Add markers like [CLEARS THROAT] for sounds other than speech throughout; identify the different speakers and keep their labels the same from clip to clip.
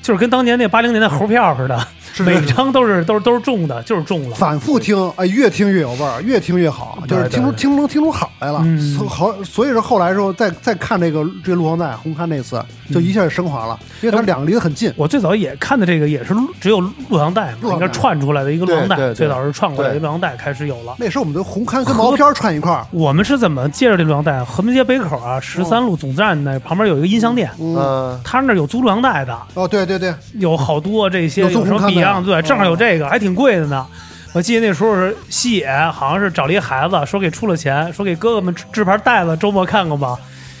Speaker 1: 就是跟当年那八零年的猴票似的，
Speaker 2: 是
Speaker 1: 每张都是都是都是中的，就是中了。
Speaker 2: 反复听，哎，越听越有味儿，越听越好，就是听出
Speaker 1: 对对
Speaker 2: 听出听出好来了
Speaker 1: 嗯。
Speaker 2: 所好，所以说后来时候再再看这个这录像带，红勘那次就一下就升华了，因为它两个离得很近。
Speaker 1: 哎我最早也看的这个也是录只有录像带嘛，
Speaker 2: 录像带
Speaker 1: 应该串出来的一个录像
Speaker 2: 对
Speaker 1: 带，
Speaker 2: 对对
Speaker 1: 最早是串过来的
Speaker 2: 对
Speaker 1: 录像带开始有了。
Speaker 2: 那时候我们的红勘跟毛片儿串一块儿，
Speaker 1: 我们是怎么借着这录像带？河门街北口啊，十三路总站那旁边有一个音像店，
Speaker 2: 嗯，
Speaker 3: 嗯，
Speaker 1: 他那儿有租录像带的，
Speaker 2: 哦，对对对，
Speaker 1: 有好多这些
Speaker 2: 有做
Speaker 1: 有什么
Speaker 2: 红勘的
Speaker 1: Beyond，对，
Speaker 2: 哦
Speaker 1: 正好有这个，还挺贵的呢。我记得那时候是西野，好像是找了一孩子，说给出了钱，说给哥哥们置盘带子，周末看看吧。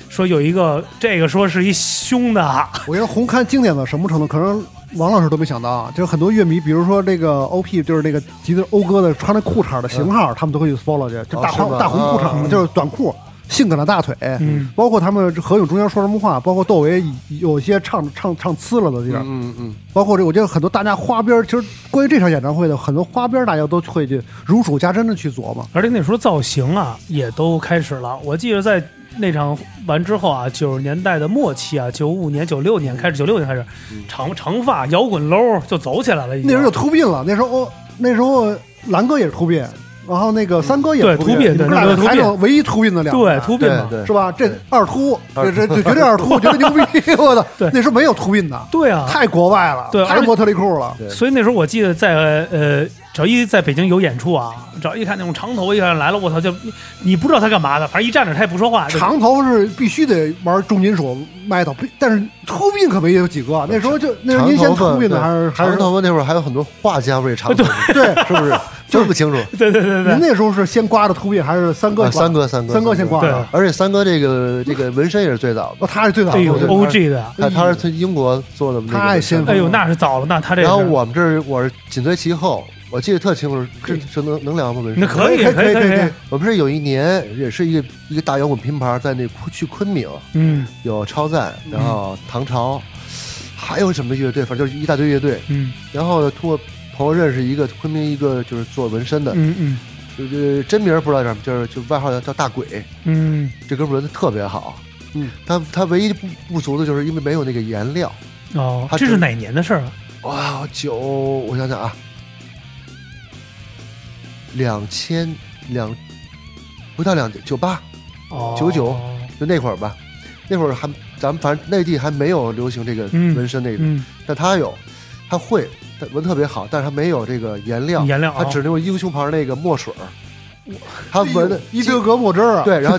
Speaker 1: 说有一个这个说是一凶的，啊
Speaker 2: [LAUGHS] 我跟你说红勘经典到什么程度？可能王老师都没想到啊，就是很多乐迷，比如说这个 OP，就是那个吉他欧哥的穿的裤衩的型号，他们都会去 follow 去，就大
Speaker 3: 哦是
Speaker 2: 红
Speaker 3: 吗
Speaker 2: 大红裤衩，
Speaker 1: 嗯
Speaker 2: 就是短裤。性感的大腿，
Speaker 1: 嗯
Speaker 2: 包括他们合影中间说什么话，包括窦唯有些唱唱唱呲了的地方，
Speaker 3: 嗯嗯
Speaker 2: 包括这，我觉得很多大家花边儿，其实关于这场演唱会的很多花边儿，大家都会去如数家珍的去琢磨。
Speaker 1: 而且那时候造型啊也都开始了。我记得在那场完之后啊，九十年代的末期啊，九五年、九六年开始，九六年开始，长长发摇滚 low 就走起来了已经。
Speaker 2: 嗯那时候有突变了，那时候哦，那时候蓝哥也是突变，然后那个三哥也
Speaker 1: 对
Speaker 2: 是
Speaker 1: 突变对
Speaker 2: 你们
Speaker 1: 那时候
Speaker 2: 俩
Speaker 1: 突变
Speaker 2: 还有唯一突变的两个
Speaker 1: 对
Speaker 2: 人，
Speaker 1: 突变
Speaker 3: 对
Speaker 1: 嘛，
Speaker 3: 对
Speaker 2: 是吧？这二突，
Speaker 3: 二
Speaker 2: 这这这绝对二突，绝对牛
Speaker 1: [LAUGHS]
Speaker 2: 逼！我操
Speaker 1: 对，
Speaker 2: 那时候没有突变的，
Speaker 1: 对啊，
Speaker 2: 太国外了
Speaker 1: 对，而
Speaker 2: 太模特里裤了。
Speaker 3: 对
Speaker 1: 所以那时候我记得在呃找一在北京有演出啊，找一看那种长头一看来了，我操就你你不知道他干嘛的，反正一站着他也不说话，就
Speaker 2: 长头是必须得玩重金属 metal，但是突变可没有几个。那时候就那时候您
Speaker 3: 长
Speaker 2: 先
Speaker 3: 头发
Speaker 2: 突变的
Speaker 3: 对
Speaker 2: 还是还是
Speaker 3: 长头发那会儿还有很多画家不是也长头发，
Speaker 2: 对？
Speaker 3: [LAUGHS]
Speaker 2: [LAUGHS]
Speaker 3: 是不是？分不清楚。
Speaker 1: 对对对
Speaker 2: 您
Speaker 1: 对，
Speaker 2: 那时候是先刮的突变还是三哥
Speaker 3: 啊
Speaker 2: 刮？
Speaker 3: 三哥，三哥，
Speaker 2: 三哥先刮
Speaker 1: 对
Speaker 2: 的，
Speaker 3: 而且三哥这个这个纹身也是最早的，
Speaker 2: 哦，他是最早
Speaker 1: 哎
Speaker 2: 的，
Speaker 1: 呦
Speaker 2: 对
Speaker 1: O G 的，
Speaker 3: 他他是从英国做的那个
Speaker 2: 太
Speaker 3: 纹
Speaker 2: 哎先哎
Speaker 3: 身。
Speaker 2: 锋
Speaker 1: 哎呦那是早了，那他这
Speaker 3: 然后
Speaker 1: 是
Speaker 3: 我们这儿我是紧随其后，我记得特清楚，这这能能聊吗？纹
Speaker 1: 那
Speaker 3: 身？
Speaker 1: 可以
Speaker 2: 可以
Speaker 1: 可以
Speaker 2: 可以
Speaker 1: 可
Speaker 2: 可
Speaker 1: 以
Speaker 2: 以，
Speaker 3: 我们是有一年也是一个一个大摇滚拼盘，在那昆去昆明，
Speaker 1: 嗯
Speaker 3: 有超赞，
Speaker 2: 嗯
Speaker 3: 然后唐朝，还有什么乐队，反正就是一大堆乐队。
Speaker 1: 嗯
Speaker 3: 然后通过朋友认识一个昆明一个就是做纹身的，
Speaker 1: 嗯嗯
Speaker 3: 就是真名儿不知道叫什么，就是就外号叫叫大鬼。
Speaker 1: 嗯
Speaker 3: 这哥们儿纹的特别好，
Speaker 2: 嗯，
Speaker 3: 他他唯一不不足的就是因为没有那个颜料。
Speaker 1: 哦，
Speaker 3: 他
Speaker 1: 这
Speaker 3: 就是
Speaker 1: 哪年的事儿啊？
Speaker 3: 哇，九，我想想啊，两千两不到两九八
Speaker 1: 哦，
Speaker 3: 九九就那会儿吧，那会儿还咱们反正内地还没有流行这个
Speaker 1: 嗯
Speaker 3: 纹身那个，
Speaker 1: 嗯
Speaker 3: 但他有，他会，他纹特别好，但是他没有这个颜料，
Speaker 1: 颜料
Speaker 3: 他
Speaker 2: 哦
Speaker 3: 只能用英雄牌那个墨水儿，
Speaker 2: 哎
Speaker 3: 他纹的
Speaker 2: 伊 [LAUGHS] 德格墨汁儿啊，，
Speaker 3: 对，然后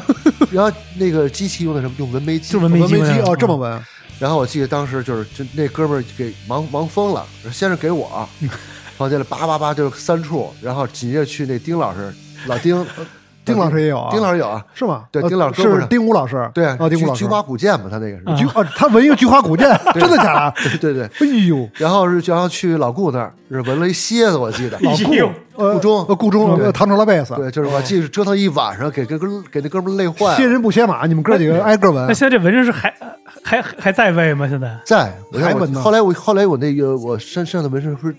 Speaker 3: 然后那个机器用的什么？用纹眉机，
Speaker 1: 就是纹眉
Speaker 2: 文
Speaker 1: 机
Speaker 2: 梅基
Speaker 1: 嘛
Speaker 3: 啊
Speaker 2: 哦，这么纹，
Speaker 3: 然后我记得当时就是，就那哥们儿给忙忙疯了，先是给我，
Speaker 2: 嗯
Speaker 3: 房间里叭叭叭就是三处，然后紧接着去那丁老师，老丁，
Speaker 2: 丁 [LAUGHS] 老师也有啊，
Speaker 3: 丁老师有啊，
Speaker 2: 是吗？
Speaker 3: 对
Speaker 2: 呃
Speaker 3: 丁老师胳膊
Speaker 2: 是
Speaker 3: 上
Speaker 2: 丁武老师，
Speaker 3: 对，啊
Speaker 2: 哦，丁武
Speaker 3: 菊
Speaker 2: 老师
Speaker 3: 菊，花古剑嘛，他那个是，
Speaker 1: 啊
Speaker 2: 菊哦，他纹一个菊花古剑，真的假的？
Speaker 3: [LAUGHS] 对对对。
Speaker 2: 哎呦，
Speaker 3: 然后是然后去老顾那儿是纹了一蝎子，我记得，
Speaker 1: 哎呦
Speaker 2: 呃
Speaker 3: 顾中
Speaker 2: 呃顾中，
Speaker 3: 对
Speaker 2: 呃唐朝拉贝斯，
Speaker 3: 对，就是我记得折腾一晚上，给给哥给那哥们儿累坏
Speaker 2: 歇
Speaker 3: 了。
Speaker 2: 人不歇马，你们哥几
Speaker 3: 哎
Speaker 2: 个挨啊个纹
Speaker 1: 那，现在这纹身是还还还还在位吗？现在
Speaker 3: 在，我看
Speaker 2: 还
Speaker 3: 我
Speaker 2: 纹呢
Speaker 3: 后来我后来我那个我身身上的纹身不是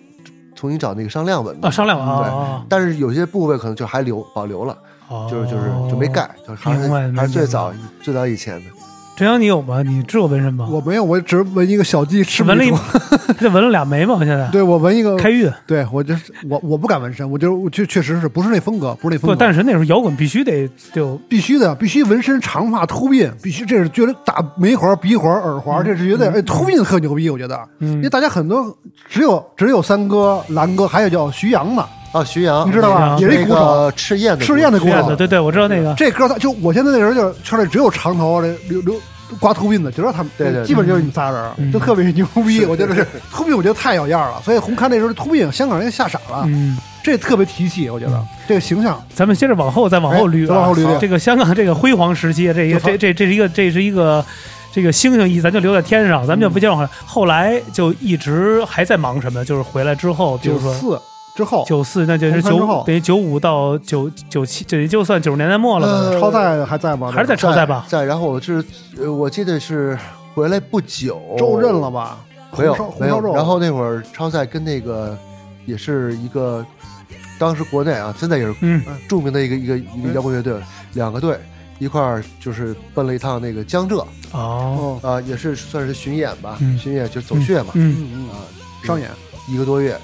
Speaker 3: 重新找那个商量纹
Speaker 1: 啊，
Speaker 3: 的，
Speaker 1: 商量
Speaker 3: 对
Speaker 1: 啊，
Speaker 3: 但是有些部位可能就还留保留了，
Speaker 1: 哦
Speaker 3: 就是就是就没。盖，就是还是
Speaker 1: 明白明白
Speaker 3: 还是最早最早以前的。
Speaker 1: 陈阳，你有吗？你知道纹身吗？
Speaker 2: 我没有，我只纹一个小鸡吃
Speaker 1: 纹了一
Speaker 2: 米虫，，
Speaker 1: [LAUGHS] 这纹了俩眉毛，现在
Speaker 2: 对我纹一个，
Speaker 1: 开运。
Speaker 2: 对我就是我我不敢纹身，我就我确确实是不是那风格，不是那风
Speaker 1: 不，
Speaker 2: 格，
Speaker 1: 但是那时候摇滚必须得就
Speaker 2: 必须的，必须纹身、长发、秃鬓，必须这是觉得打眉环、鼻环、耳环，这是绝对。哎，秃鬓特牛逼，我觉得，因为大家很多只有只有三哥、蓝哥，还有叫徐阳呢，
Speaker 3: 啊，徐阳，
Speaker 2: 你知道吧？
Speaker 1: 徐
Speaker 2: 也是一
Speaker 3: 那
Speaker 2: 鼓手，
Speaker 3: 个赤焰的
Speaker 2: 赤焰的
Speaker 3: 鼓
Speaker 2: 鼓
Speaker 3: 手
Speaker 2: 手
Speaker 1: 骗子。对对，我知道那个。
Speaker 2: 这哥他就我现在那人就是圈里只有长头这留留。刮秃鬓的，就知道他们，
Speaker 3: 对对对
Speaker 2: 基本就是你们仨人，就特别牛逼。我觉得是秃鬓，我觉得太有样了。所以红勘那时候秃鬓，香港人吓傻了，啊
Speaker 1: 嗯，
Speaker 2: 这特别提气，我觉得这个形象。
Speaker 1: 咱们接着往后再往后捋、啊，
Speaker 2: 哎再往后捋捋
Speaker 1: 这个香港这个辉煌时期，这一个
Speaker 2: 就
Speaker 1: 这
Speaker 2: 发
Speaker 1: 这这是一个这是一个这个星星翼咱就留在天上，咱们就不接着往下。后来就一直还在忙什么，就是回来之后，比
Speaker 2: 九
Speaker 1: 如说
Speaker 2: 四之后，
Speaker 1: 九四，那就是
Speaker 2: 红番之后
Speaker 1: 九等于九五到九九七，这也就算九十年代末了吧，
Speaker 3: 呃
Speaker 2: 超载还在吗？
Speaker 1: 还是在超载吧？
Speaker 3: 在，然后我是，呃我记得是回来不久，
Speaker 2: 周任了吧？
Speaker 3: 没有
Speaker 2: 红烧红
Speaker 3: 没
Speaker 2: 烧
Speaker 3: 有
Speaker 2: 肉，，
Speaker 3: 然后那会儿超赛跟那个也是一个，当时国内啊，现在也是
Speaker 1: 嗯，
Speaker 3: 著名的一个一个一个
Speaker 2: 嗯
Speaker 3: 摇滚乐队，两个队一块儿就是奔了一趟那个江浙，
Speaker 1: 哦，
Speaker 2: 哦，
Speaker 3: 啊，也是算是巡演吧，
Speaker 1: 嗯
Speaker 3: 巡演就走穴嘛，
Speaker 1: 嗯，哦
Speaker 2: 嗯
Speaker 3: 啊，
Speaker 2: 嗯， [LAUGHS] 商演
Speaker 3: 一个多月，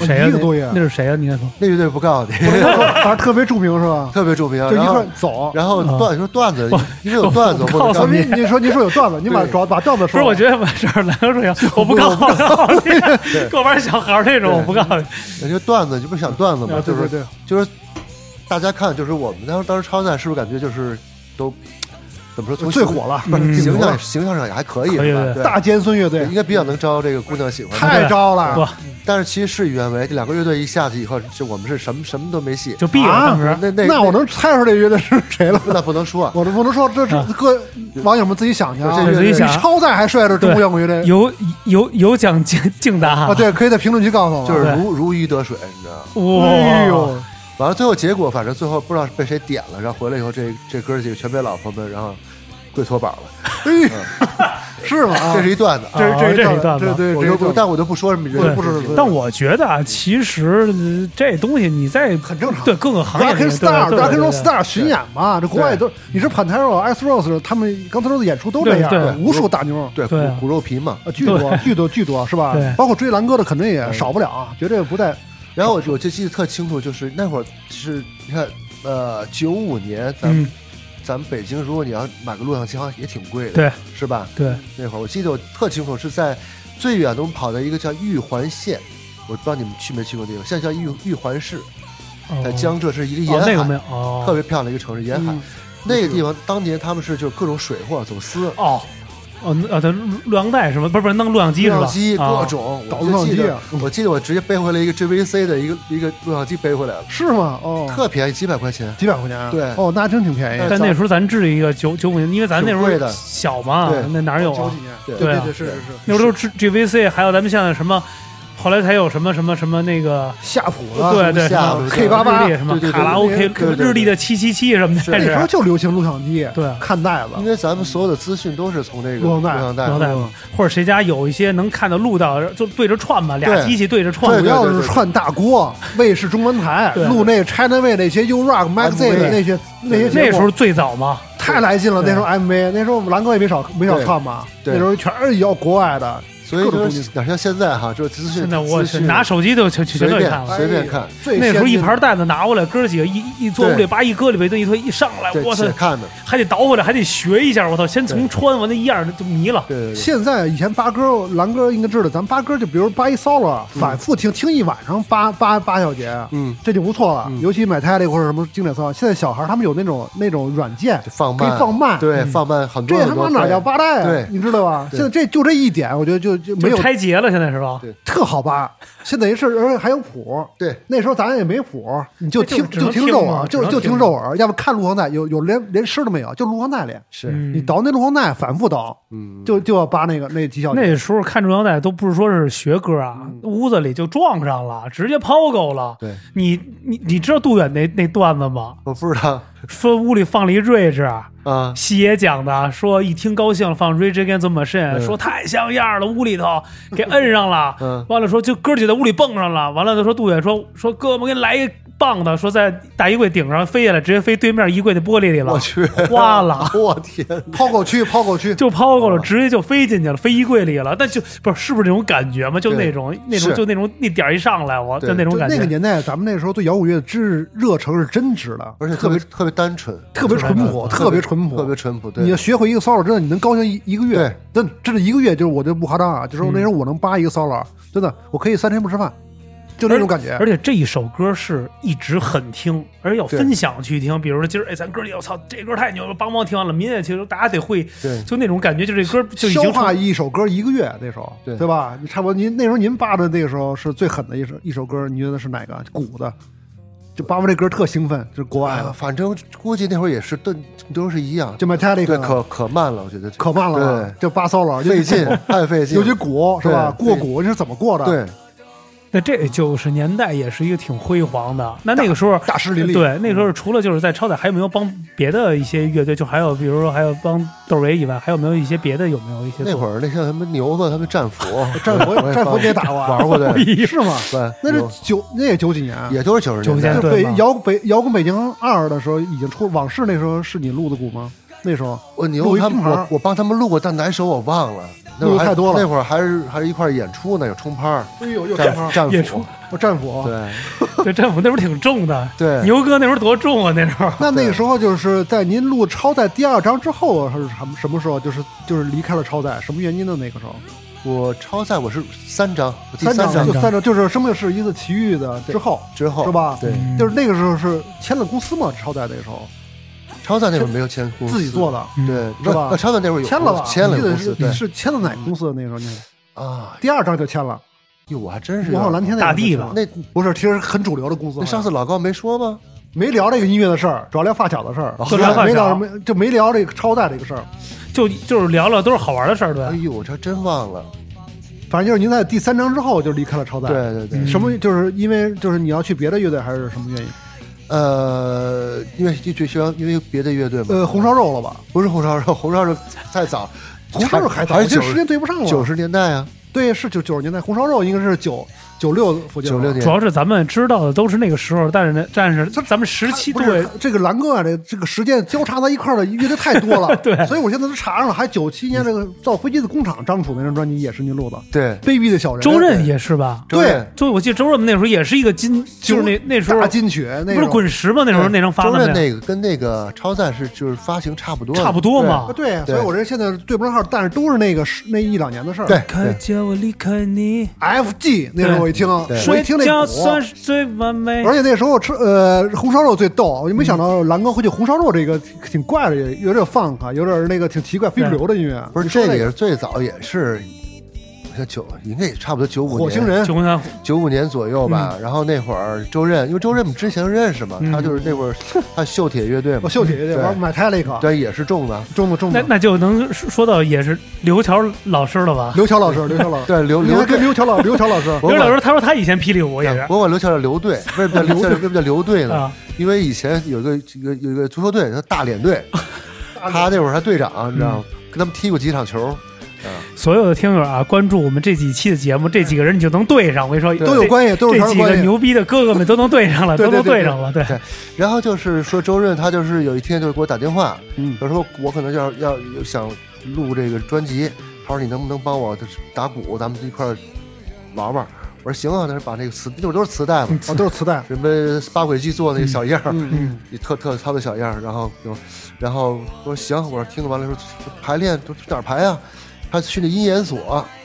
Speaker 1: 谁呀
Speaker 2: 一个多月
Speaker 1: 那，是谁呀？啊你先说，
Speaker 3: 那乐队不告诉你，
Speaker 2: 反正特别著名是
Speaker 3: [LAUGHS]
Speaker 2: 吧？
Speaker 3: 特别著名，
Speaker 2: 就一
Speaker 3: 然
Speaker 2: 块
Speaker 3: 后
Speaker 2: 儿走。
Speaker 3: 然后
Speaker 1: 啊
Speaker 3: 段说段子，因为有段子，
Speaker 1: 我
Speaker 3: 我
Speaker 1: 告诉
Speaker 3: 不能告
Speaker 2: 哦
Speaker 3: 诉你
Speaker 2: 你你说你说有段子，你把
Speaker 3: 对
Speaker 2: 找把段子
Speaker 1: 不是，
Speaker 2: 说了。
Speaker 1: 我觉得完事儿来个说呀， [LAUGHS] 我不告诉你， [LAUGHS] 跟我玩小孩儿那种，我不告诉你，
Speaker 3: 人家段子，你不是想段子吗？
Speaker 2: 啊，
Speaker 3: 就
Speaker 2: 对对
Speaker 3: 是
Speaker 2: 对，
Speaker 3: 就是大家看，就是我们当时当时超载是不是感觉就是都怎么说从
Speaker 2: 最火了
Speaker 3: 不
Speaker 1: 嗯
Speaker 3: 是形象形象上也还可以，
Speaker 1: 可以
Speaker 3: 是吧
Speaker 1: 对
Speaker 3: 对
Speaker 2: 大尖孙乐队
Speaker 3: 应该比较能招这个姑娘喜欢。
Speaker 2: 太招了，
Speaker 1: 不
Speaker 3: 但是其实事与愿违，这两个乐队一下去以后，就我们是什么什么都没戏。
Speaker 1: 就毙了
Speaker 2: 啊
Speaker 1: 当时。
Speaker 3: 那那
Speaker 2: 那我能猜出这乐队是谁了？ [LAUGHS]
Speaker 3: 那不能说，
Speaker 2: 我都不能说这
Speaker 1: 啊
Speaker 2: 这各网友们自己想去啊，
Speaker 3: 这
Speaker 1: 自己
Speaker 2: 比
Speaker 1: 想
Speaker 2: 超载还帅着中国摇滚乐队
Speaker 1: 有有有奖竞 [LAUGHS] 竞答
Speaker 2: 啊！，对，可以在评论区告诉我。
Speaker 3: 就是
Speaker 1: 对
Speaker 3: 如如鱼得水，你知道吗？
Speaker 1: 哇，
Speaker 2: 哎呦，
Speaker 3: 完了，最后结果反正最后不知道被谁点了，然后回来以后，这这哥几个全被老婆们然后跪搓板了。
Speaker 2: 哎 [LAUGHS] 是吗？啊
Speaker 3: 这是一段子啊，
Speaker 2: 这
Speaker 1: 哦
Speaker 2: 这
Speaker 1: 这是一段
Speaker 2: 段
Speaker 1: 子
Speaker 2: 子，对对，
Speaker 3: 我
Speaker 2: 这
Speaker 3: 就
Speaker 2: 一段
Speaker 3: 我
Speaker 2: 子
Speaker 3: 但我就不说什么人
Speaker 1: 对
Speaker 3: 不是
Speaker 2: 不是
Speaker 1: 但我觉得啊，其实呃这东西你在很
Speaker 2: 正常
Speaker 1: 对各个行业里面对
Speaker 2: Rock and
Speaker 1: 对
Speaker 2: Star、
Speaker 1: 对
Speaker 2: Rock
Speaker 1: 对
Speaker 2: and
Speaker 1: 对
Speaker 2: Roll Star 巡演嘛，这国外都你是 Pantera、Ice Rose，他们刚才说的演出都这
Speaker 1: 对对
Speaker 2: 样，无数大妞，
Speaker 3: 对
Speaker 1: 对啊
Speaker 3: 骨骨肉皮嘛。
Speaker 2: 啊，巨多巨多巨多是吧
Speaker 1: 对？
Speaker 2: 包括追蓝哥的肯定也少不了啊，绝对不在
Speaker 3: 然后我我就记得特清楚，就是那会儿是你看，呃，九五年咱们
Speaker 1: 嗯，
Speaker 3: 咱们北京，如果你要买个录像机，好像也挺贵的，
Speaker 1: 对，
Speaker 3: 是吧？
Speaker 1: 对，
Speaker 3: 那会儿我记得我特清楚，是在最远的我们跑到一个叫玉环县，我不知道你们去没去过地方，现在叫玉玉环市，
Speaker 1: 哦
Speaker 3: 在江浙是一个沿
Speaker 1: 哦
Speaker 3: 海，
Speaker 1: 那个没有
Speaker 3: 特
Speaker 1: 哦
Speaker 3: 别漂亮一个城市，沿海。
Speaker 2: 嗯
Speaker 3: 那个地方当年他们是就是各种水货走私，
Speaker 1: 哦哦那啊，咱录录像带什么不是不是弄录像机
Speaker 3: 录
Speaker 1: 是吧？
Speaker 3: 像机
Speaker 1: 啊
Speaker 3: 各种，
Speaker 2: 导
Speaker 3: 我
Speaker 2: 录像
Speaker 3: 就记
Speaker 2: 机
Speaker 3: 得
Speaker 2: 啊
Speaker 3: 我记得我直接背回来一个 JVC 的一个一个录像机背回来了，
Speaker 2: 是吗？哦，
Speaker 1: 嗯
Speaker 3: 特便宜，几百块钱。
Speaker 2: 几百块钱啊，
Speaker 3: 对
Speaker 2: 哦，那还真挺便宜
Speaker 3: 对。
Speaker 1: 但那时候咱制一个九九五年，因为咱那时
Speaker 3: 挺贵
Speaker 1: 候
Speaker 3: 的
Speaker 1: 小嘛
Speaker 3: 对，
Speaker 1: 那哪有
Speaker 2: 九
Speaker 1: 啊
Speaker 2: 几？年，
Speaker 3: 对
Speaker 2: 对
Speaker 1: 对啊
Speaker 2: 对，是是是，
Speaker 1: 那时候都是 GVC，还有咱们现在什么，后来才有什么什么什么那个
Speaker 2: 夏普啊了，
Speaker 1: 对啊对
Speaker 3: 下
Speaker 1: 什么
Speaker 2: K 八八
Speaker 1: 日历什么
Speaker 3: 对对对
Speaker 1: 卡拉
Speaker 2: 对
Speaker 1: OK
Speaker 3: 对对
Speaker 1: 日历的七七七什么的，
Speaker 3: 是
Speaker 1: 开
Speaker 2: 那时候
Speaker 1: 始
Speaker 2: 就流行录像机，
Speaker 1: 对
Speaker 2: 看袋子
Speaker 1: 嗯
Speaker 3: 因，为咱们所有的资讯都是从那个
Speaker 2: 录像带
Speaker 3: 像带
Speaker 1: 然后再
Speaker 3: 对
Speaker 1: 或者谁家有一些能看到录到，就对着串吧，俩
Speaker 3: 对
Speaker 1: 机器对着
Speaker 3: 对
Speaker 1: 串
Speaker 2: 主
Speaker 3: 对，
Speaker 2: 要是串大锅、卫视中文台
Speaker 1: 对
Speaker 2: 录那 China 卫那些 U Rock、Max Z
Speaker 3: 对
Speaker 2: 那些那些节目
Speaker 1: 那时候最早嘛，
Speaker 2: 太来劲了。
Speaker 1: 对
Speaker 2: 那时候 MV，那时候我们蓝哥也没少没少
Speaker 3: 对
Speaker 2: 唱吧？
Speaker 3: 对
Speaker 2: 那时候全是要国外的，
Speaker 3: 所以
Speaker 2: 各种
Speaker 3: 就
Speaker 2: 东
Speaker 3: 是
Speaker 2: 西
Speaker 3: 哪像现在哈，就是资讯
Speaker 1: 现在我
Speaker 3: 资
Speaker 1: 去
Speaker 3: 讯
Speaker 1: 拿手机就全全
Speaker 3: 随
Speaker 1: 都给
Speaker 3: 便
Speaker 1: 看了。
Speaker 3: 随便看，
Speaker 2: 最
Speaker 1: 那时候一
Speaker 2: 先进的
Speaker 1: 盘带子拿过来，哥几个一一一坐屋里，
Speaker 3: 对
Speaker 1: 叭一搁里边，这一推一上来，
Speaker 3: 对
Speaker 1: 哎我操
Speaker 3: 且，看的，
Speaker 1: 还得倒回来，还得学一下，我操，先从
Speaker 3: 对
Speaker 1: 穿完那一样就迷了。
Speaker 3: 对对对。
Speaker 2: 现在以前八哥蓝哥应该知道，咱八哥就比如八一 solo，反复听、听一晚上八八八小节，
Speaker 3: 嗯，
Speaker 2: 这就不错了。尤其买泰利或者什么经典 solo，现在小孩他们有那种那种软件
Speaker 3: 就，放
Speaker 2: 可
Speaker 3: 慢，
Speaker 2: 以放慢。，
Speaker 3: 对，放慢很多
Speaker 2: 这
Speaker 3: 很
Speaker 2: 他
Speaker 3: 多。
Speaker 2: 妈哪叫八代啊？
Speaker 3: 对
Speaker 2: 你知道吧？
Speaker 3: 对
Speaker 2: 现在这就这一点，我觉得就就没有
Speaker 1: 就拆节了，现在是吧？
Speaker 3: 对
Speaker 2: 特好扒。现在一事，而且还有谱。
Speaker 3: 对，
Speaker 2: 那时候咱也没谱，你就
Speaker 1: 就
Speaker 2: 听
Speaker 1: 只能
Speaker 2: 就
Speaker 1: 听
Speaker 2: 听肉
Speaker 1: 嘛
Speaker 2: 耳，
Speaker 1: 只
Speaker 2: 就
Speaker 1: 能
Speaker 2: 就
Speaker 1: 听
Speaker 2: 听肉耳，要不看录像带，有有连连声都没有，就录像带里。
Speaker 3: 是，
Speaker 1: 嗯
Speaker 2: 你倒那录像带，反复倒，
Speaker 3: 嗯，
Speaker 2: 就就要扒那个那几小节。
Speaker 1: 那时候看中央带都不是说是学歌啊，屋子里就撞上了，直接抛狗了。
Speaker 3: 嗯对，
Speaker 1: 你你你知道杜远那那段子吗？
Speaker 3: 我不知道
Speaker 1: 说屋里放了一睿智，
Speaker 3: 啊， [LAUGHS]
Speaker 1: 西爷讲的，说一听高兴放 Rage Against the Machine，、
Speaker 3: 嗯
Speaker 1: 说太像样了，屋里头给摁上了。
Speaker 3: 嗯
Speaker 1: [LAUGHS] 完了说就哥几个在屋里蹦上了，完了就说杜远说说哥我们给你来一棒的，说在大衣柜顶上飞下来，直接飞对面衣柜的玻璃里了
Speaker 3: 我，去，
Speaker 1: 花
Speaker 3: [LAUGHS]
Speaker 1: 了。
Speaker 3: 我天，
Speaker 2: 抛狗区，抛狗区，
Speaker 1: [LAUGHS] 就抛
Speaker 3: 哦
Speaker 1: 过了，直接就飞进去了，飞衣柜里了。但就不是是不是那种感觉嘛？就
Speaker 3: 对
Speaker 1: 那种那种
Speaker 3: 是
Speaker 1: 就那种那点儿一上来，我
Speaker 3: 对
Speaker 1: 就那种
Speaker 2: 就
Speaker 1: 感觉。
Speaker 2: 那个年代，咱们那时候对摇滚乐的知热诚是真值的，
Speaker 3: 而且特别特别单纯，
Speaker 2: 特别淳朴，特别淳朴，
Speaker 3: 特别淳朴，
Speaker 2: 你要
Speaker 3: 对，
Speaker 2: 学会一个 solo，真的你能高兴一一个月
Speaker 3: 对。
Speaker 2: 真真的一个月，就是我就不夸张啊，就是
Speaker 1: 嗯
Speaker 2: 那时候我能扒一个 solo，真的我可以三天不吃饭，就那种感觉
Speaker 1: 而。且这一首歌是一直很听，而且要
Speaker 3: 对
Speaker 1: 分享去听。比如说今儿，哎，咱哥儿里，我操，这歌太牛了，梆梆听完了，明天其实大家得会，
Speaker 3: 对
Speaker 1: 就那种感觉，就这歌就已经
Speaker 2: 消化
Speaker 1: 成
Speaker 2: 一首歌一个月，那时候
Speaker 3: 对
Speaker 2: 对吧？你差不多您那时候您扒的那个时候是最狠的一首一首歌，你觉得是哪个？鼓的就巴巴这歌特兴奋，就是国外
Speaker 3: 啊，
Speaker 2: 的，
Speaker 3: 反正估计那会儿也是都都是一样，
Speaker 2: 就 Metallica
Speaker 3: 对，可可慢了，我觉得
Speaker 2: 可慢了，
Speaker 3: 对，
Speaker 2: 就巴骚了，
Speaker 3: 费劲，太费劲，
Speaker 2: 尤其鼓是吧？
Speaker 3: 对
Speaker 2: 过鼓你是怎么过的？，
Speaker 3: 对，
Speaker 1: 那这九十年代也是一个挺辉煌的。那那个时候，
Speaker 2: 大师林立，
Speaker 1: 对，那时
Speaker 2: 嗯
Speaker 1: 候除了就是在超载，还有没有帮别的一些乐队？就还有比如说还有帮窦唯以外，还有没有一些别的？有没有一些
Speaker 3: 那会儿那像什么牛子他们战斧，
Speaker 2: [LAUGHS] 战
Speaker 3: 我也
Speaker 2: 佛
Speaker 3: 我也
Speaker 2: 战佛
Speaker 3: 帮
Speaker 2: 你也打过啊，
Speaker 3: 玩
Speaker 2: [LAUGHS]
Speaker 3: 过对
Speaker 2: 是吗？
Speaker 3: 对，
Speaker 2: 那是
Speaker 3: 有
Speaker 2: 九那也九几年啊，
Speaker 3: 也都是九十
Speaker 1: 90
Speaker 3: 代
Speaker 1: 年代
Speaker 2: 就是北
Speaker 1: 对吧
Speaker 2: 摇北摇滚北京二的时候已经出往事，那时候是你录的鼓吗？那时候
Speaker 3: 我
Speaker 2: 录
Speaker 3: 牛
Speaker 2: 一
Speaker 3: 他
Speaker 2: 拼
Speaker 3: 们，
Speaker 2: 盘
Speaker 3: 我我帮他们录过，但哪首我忘了。那
Speaker 2: 录
Speaker 3: 会
Speaker 2: 得
Speaker 3: 儿
Speaker 2: 太多了
Speaker 3: 那会儿还是还是一块儿演出呢，有冲拍儿，
Speaker 2: 哎呦，又
Speaker 3: 战战
Speaker 1: 演
Speaker 3: 斧
Speaker 1: 出，
Speaker 2: 我哦战斧。啊
Speaker 3: 对
Speaker 1: [LAUGHS] 对，战斧那时候挺重的，
Speaker 3: 对，
Speaker 1: 牛哥那时候多重啊！那时候
Speaker 2: [LAUGHS] 那那个时候就是在您录超载第二章之后，还是什么什么时候？就是就是离开了超载，什么原因呢？那个时候
Speaker 3: 我超赛我是三张，我第
Speaker 2: 章
Speaker 3: 张
Speaker 2: 就三章，就是生命是一次奇遇的之后，
Speaker 3: 之后
Speaker 2: 是？吧？
Speaker 3: 对，
Speaker 1: 嗯
Speaker 2: 就是那个时候是签了公司嘛，超载那个时候
Speaker 3: 超赛那会儿没有签公司，
Speaker 2: 自己做
Speaker 3: 的，
Speaker 2: 的，
Speaker 1: 嗯
Speaker 3: 对，
Speaker 2: 是吧
Speaker 3: 那超赛那会儿有
Speaker 2: 签了吧？
Speaker 3: 嗯签了
Speaker 2: 我记
Speaker 3: 公
Speaker 2: 得
Speaker 3: 司，
Speaker 2: 是
Speaker 3: 对
Speaker 2: 你是签了哪个公司的那个时候？你
Speaker 3: 啊，
Speaker 2: 第二章就签了，
Speaker 3: 哟，我还真是
Speaker 2: 我好像蓝天那个
Speaker 1: 大地
Speaker 2: 公
Speaker 1: 吧
Speaker 2: 司
Speaker 3: 那
Speaker 2: 不是，其实很主流的公司。
Speaker 3: 那上次老高没说吗？
Speaker 2: 没聊这个音乐的事儿，主要聊发小的事儿，
Speaker 3: 哦
Speaker 2: 没
Speaker 1: 就聊发小
Speaker 2: 没聊没就没聊这个超载这个事儿。
Speaker 1: 就就是聊聊都是好玩的事儿，对吧
Speaker 3: 哎。呦，我这真忘了。
Speaker 2: 反正就是您在第三章之后就离开了超载，
Speaker 3: 对对对，
Speaker 1: 嗯
Speaker 2: 什么就是因为就是你要去别的乐队还是什么原因？
Speaker 3: 呃，因为就就喜欢因为别的乐队嘛，
Speaker 2: 呃，红烧肉了吧？
Speaker 3: 不是红烧肉，红烧肉太早，
Speaker 2: 红烧肉还早，
Speaker 3: 还
Speaker 2: 我
Speaker 3: 哎是
Speaker 2: 这
Speaker 3: 九
Speaker 2: 时间对不上了。
Speaker 3: 九十年代啊，
Speaker 2: 对，是九九十年代，红烧肉应该是九九六附近吧。
Speaker 3: 九六
Speaker 1: 主
Speaker 3: 年。
Speaker 1: 要是咱们知道的都是那个时候，但是呢，但是咱们十
Speaker 2: 他。
Speaker 1: 七
Speaker 2: 不是
Speaker 1: 对
Speaker 2: 他这个蓝哥啊，这这个时间交叉在一块儿的乐队太多了，
Speaker 1: [LAUGHS] 对
Speaker 2: 所以我现在都查上了，还九七年这个造飞机的工厂张楚那张专辑也是您录的，
Speaker 3: 对，
Speaker 2: 《卑鄙的小人》，
Speaker 1: 周任也是吧？
Speaker 3: 周任
Speaker 1: 就我记得周润那时候也是一个金，就是那那时候
Speaker 2: 大金曲，那
Speaker 1: 不是
Speaker 2: 种
Speaker 1: 滚石吗？那时候那张发
Speaker 3: 哎周
Speaker 1: 的
Speaker 3: 任
Speaker 1: 那
Speaker 3: 那个跟那个超赞是就是发行差不多的，
Speaker 1: 差不多嘛
Speaker 2: 啊，。对，
Speaker 3: 对
Speaker 2: 所以我这现在对不上号，但是都是那个十那一两年的事儿。
Speaker 3: 对。
Speaker 1: 快
Speaker 3: 对
Speaker 1: 叫我离开你，
Speaker 2: ，FG 那时候我一听，我
Speaker 3: 对
Speaker 1: 摔
Speaker 2: 一听那
Speaker 1: 跤算
Speaker 2: 鼓，
Speaker 1: 是最完美。
Speaker 2: 而且那时候我吃呃红烧肉最逗，我就没想
Speaker 1: 嗯
Speaker 2: 到蓝哥会去红烧肉这个挺挺怪的，有点 funk，有点那个挺奇怪非主流的音乐。
Speaker 3: 不是
Speaker 2: 你说
Speaker 3: 这个
Speaker 2: 那
Speaker 3: 也是最早也是，好像九应该也差不多九五
Speaker 2: 火星人
Speaker 1: 九红三
Speaker 3: 九五年左右吧。然后那会儿周任，因为周任我们之前认识嘛，
Speaker 1: 嗯
Speaker 3: 他就是那
Speaker 2: [LAUGHS]
Speaker 3: 会儿他秀铁乐队嘛
Speaker 2: 我，秀姐姐
Speaker 3: 对
Speaker 2: 玩 Metallica，
Speaker 3: 对也是中的。
Speaker 2: 中的中
Speaker 1: 那
Speaker 2: 的，
Speaker 1: 那就能说到也是刘桥老师了吧？
Speaker 2: 刘乔老师，刘乔老师，
Speaker 3: 对刘
Speaker 2: 你
Speaker 3: 刘
Speaker 2: 还跟
Speaker 3: 队，
Speaker 2: 刘乔老刘乔老师
Speaker 3: [LAUGHS] 我
Speaker 1: 刘
Speaker 3: 管
Speaker 1: 老师他说他以前霹雳舞也是
Speaker 3: 我管刘乔叫刘队，为什么叫刘为什么叫刘队呢？
Speaker 1: 啊，
Speaker 3: 因为以前有一个有一个有一个足球队叫大脸
Speaker 2: [LAUGHS]
Speaker 3: 队，他那会儿还队长，你知
Speaker 1: 嗯
Speaker 3: 道吗？跟他们踢过几场球，
Speaker 1: 所有的听友啊，关注我们这几期的节目，这几个人你就能对上。我跟你说，
Speaker 2: 都有关系，都有
Speaker 1: 这
Speaker 2: 啥
Speaker 1: 几个
Speaker 2: 关系？
Speaker 1: 牛逼的哥哥们都能对上
Speaker 2: [LAUGHS]
Speaker 1: 了，
Speaker 2: 对
Speaker 1: 都能
Speaker 2: 对对
Speaker 1: 对上了。对，
Speaker 3: 然后就是说周润，他就是有一天就是给我打电话，
Speaker 2: 嗯
Speaker 3: 有时候我可能要要要想录这个专辑，他说你能不能帮我打鼓，咱们一块儿玩玩。我说行啊，他说把那个磁那会儿都是磁带嘛，
Speaker 2: 啊，都是磁带，
Speaker 3: 什么八轨机做那个小样儿，
Speaker 2: 嗯嗯，
Speaker 3: 你特特糙的小样儿，然后就，然后我说行，我说听着完了说排练都哪儿排啊？他去那音研所，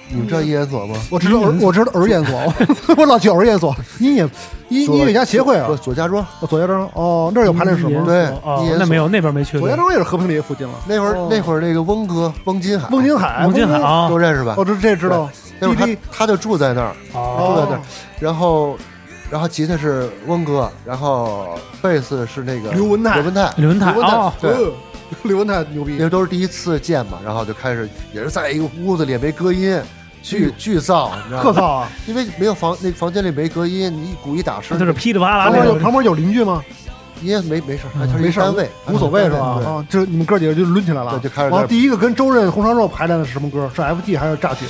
Speaker 2: 嗯
Speaker 3: 你们知道音研所吗？
Speaker 2: 我知道儿
Speaker 3: 嗯
Speaker 2: 我知道儿研所， [LAUGHS] 我我老去儿研所，音乐音音乐家协会啊
Speaker 3: 左，左家庄，
Speaker 2: 哦左家庄哦，那儿有排练室吗？
Speaker 3: 对
Speaker 1: 哦
Speaker 3: 你也，
Speaker 1: 那
Speaker 3: 所
Speaker 1: 没有，那边没去
Speaker 2: 左
Speaker 1: 过
Speaker 2: 家。庄也是和平里附近了。
Speaker 3: 那会儿、那会儿那个翁哥翁金海，
Speaker 2: 孟哦金海，
Speaker 1: 孟金海啊
Speaker 3: 都认识吧？
Speaker 2: 我这这知道。
Speaker 3: 那会儿
Speaker 2: DD
Speaker 3: 他他就住在那儿，
Speaker 1: 哦，
Speaker 3: 对对然后，然后吉他是翁哥，然后贝斯是那个
Speaker 2: 刘文泰
Speaker 3: 刘文泰，
Speaker 1: 刘文泰
Speaker 3: 刘文泰
Speaker 1: 哦
Speaker 3: 对，
Speaker 2: 呃刘文泰牛
Speaker 3: 因
Speaker 2: 逼
Speaker 3: 为，都是第一次见嘛，然后就开始也是在一个屋子里也没隔音，巨巨噪，你知道
Speaker 2: 哎特
Speaker 3: 吗？
Speaker 2: 燥啊！
Speaker 3: 因为没有房，那房间里没隔音，你一鼓一打
Speaker 1: 那
Speaker 3: 声，
Speaker 1: 就是噼里啪
Speaker 3: 啊
Speaker 1: 啦
Speaker 2: 旁边
Speaker 1: 那
Speaker 2: 有
Speaker 1: 种。
Speaker 2: 旁边有邻居吗？
Speaker 3: 你也没没事儿，
Speaker 1: 嗯
Speaker 3: 它是
Speaker 2: 没
Speaker 3: 一
Speaker 2: 事儿
Speaker 3: 单位，
Speaker 2: 无所谓是吧？
Speaker 3: 对
Speaker 2: 啊，就是你们哥几个就抡起来了
Speaker 3: 对，。就开始在
Speaker 2: 完
Speaker 3: 那
Speaker 2: 了，
Speaker 3: 儿。
Speaker 2: 第一个跟周任红烧肉排练的是什么歌？是 FT 还是榨取？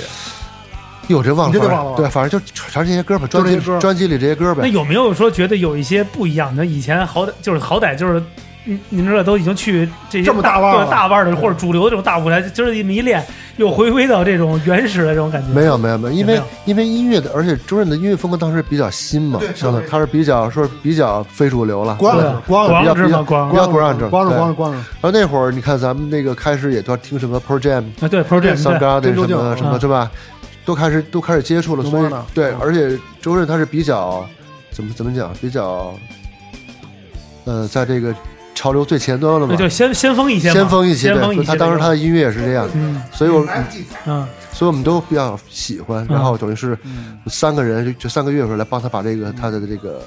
Speaker 3: 哟，这忘
Speaker 2: 你
Speaker 3: 了，
Speaker 2: 这就
Speaker 3: 反
Speaker 2: 忘了
Speaker 3: 正
Speaker 2: 吧
Speaker 3: 对，反正就全是这些歌吧，
Speaker 2: 就
Speaker 3: 专
Speaker 2: 这些
Speaker 3: 辑
Speaker 2: 歌
Speaker 3: 专辑里这些歌
Speaker 1: 那
Speaker 3: 呗。
Speaker 1: 有没有说觉得有一些不一样的？以前好歹就是好歹就是，嗯您知道都已经去这些
Speaker 2: 这么大腕儿了
Speaker 1: 对大腕儿的或者主流的这种大舞台，就是一迷恋，又回归到这种原始的这种感觉。
Speaker 3: 没有没有没有，因
Speaker 1: 没
Speaker 3: 为
Speaker 1: 有
Speaker 3: 因为音乐的，而且周润的音乐风格当时比较新嘛，相对他是比较说是比较非主流了，
Speaker 2: 光
Speaker 1: 对
Speaker 3: 对
Speaker 2: 荣光
Speaker 1: 光
Speaker 2: 荣
Speaker 1: 荣
Speaker 3: 比较
Speaker 1: 之嘛，
Speaker 3: 比较
Speaker 1: 光荣
Speaker 3: 比较不让整
Speaker 2: 光荣
Speaker 3: 对
Speaker 2: 光荣光荣，
Speaker 3: 然后啊那会儿，你看咱们那个开始也都听什么 Pro Jam、
Speaker 1: 啊，对 project
Speaker 3: 桑
Speaker 1: 对
Speaker 3: 扎的
Speaker 2: 珍珠
Speaker 3: 什
Speaker 2: 酱
Speaker 3: 么什么
Speaker 1: 啊
Speaker 3: 是吧？都开始都开始接触了，
Speaker 2: 有
Speaker 3: 所以
Speaker 2: 猫呢
Speaker 3: 对
Speaker 2: 嗯，
Speaker 3: 而且周润他是比较怎么怎么讲，比较呃，在这个潮流最前端了嘛
Speaker 1: 那，就先先锋一些嘛，
Speaker 3: 先锋一些。
Speaker 1: 先锋一
Speaker 3: 对，
Speaker 1: 些。
Speaker 3: 他当时他，的音乐也是这样，
Speaker 1: 嗯
Speaker 3: 所以我
Speaker 1: 嗯，
Speaker 3: 所以我们都比较喜欢。然后等于是三个人就就三个乐手来帮他把这个他的这个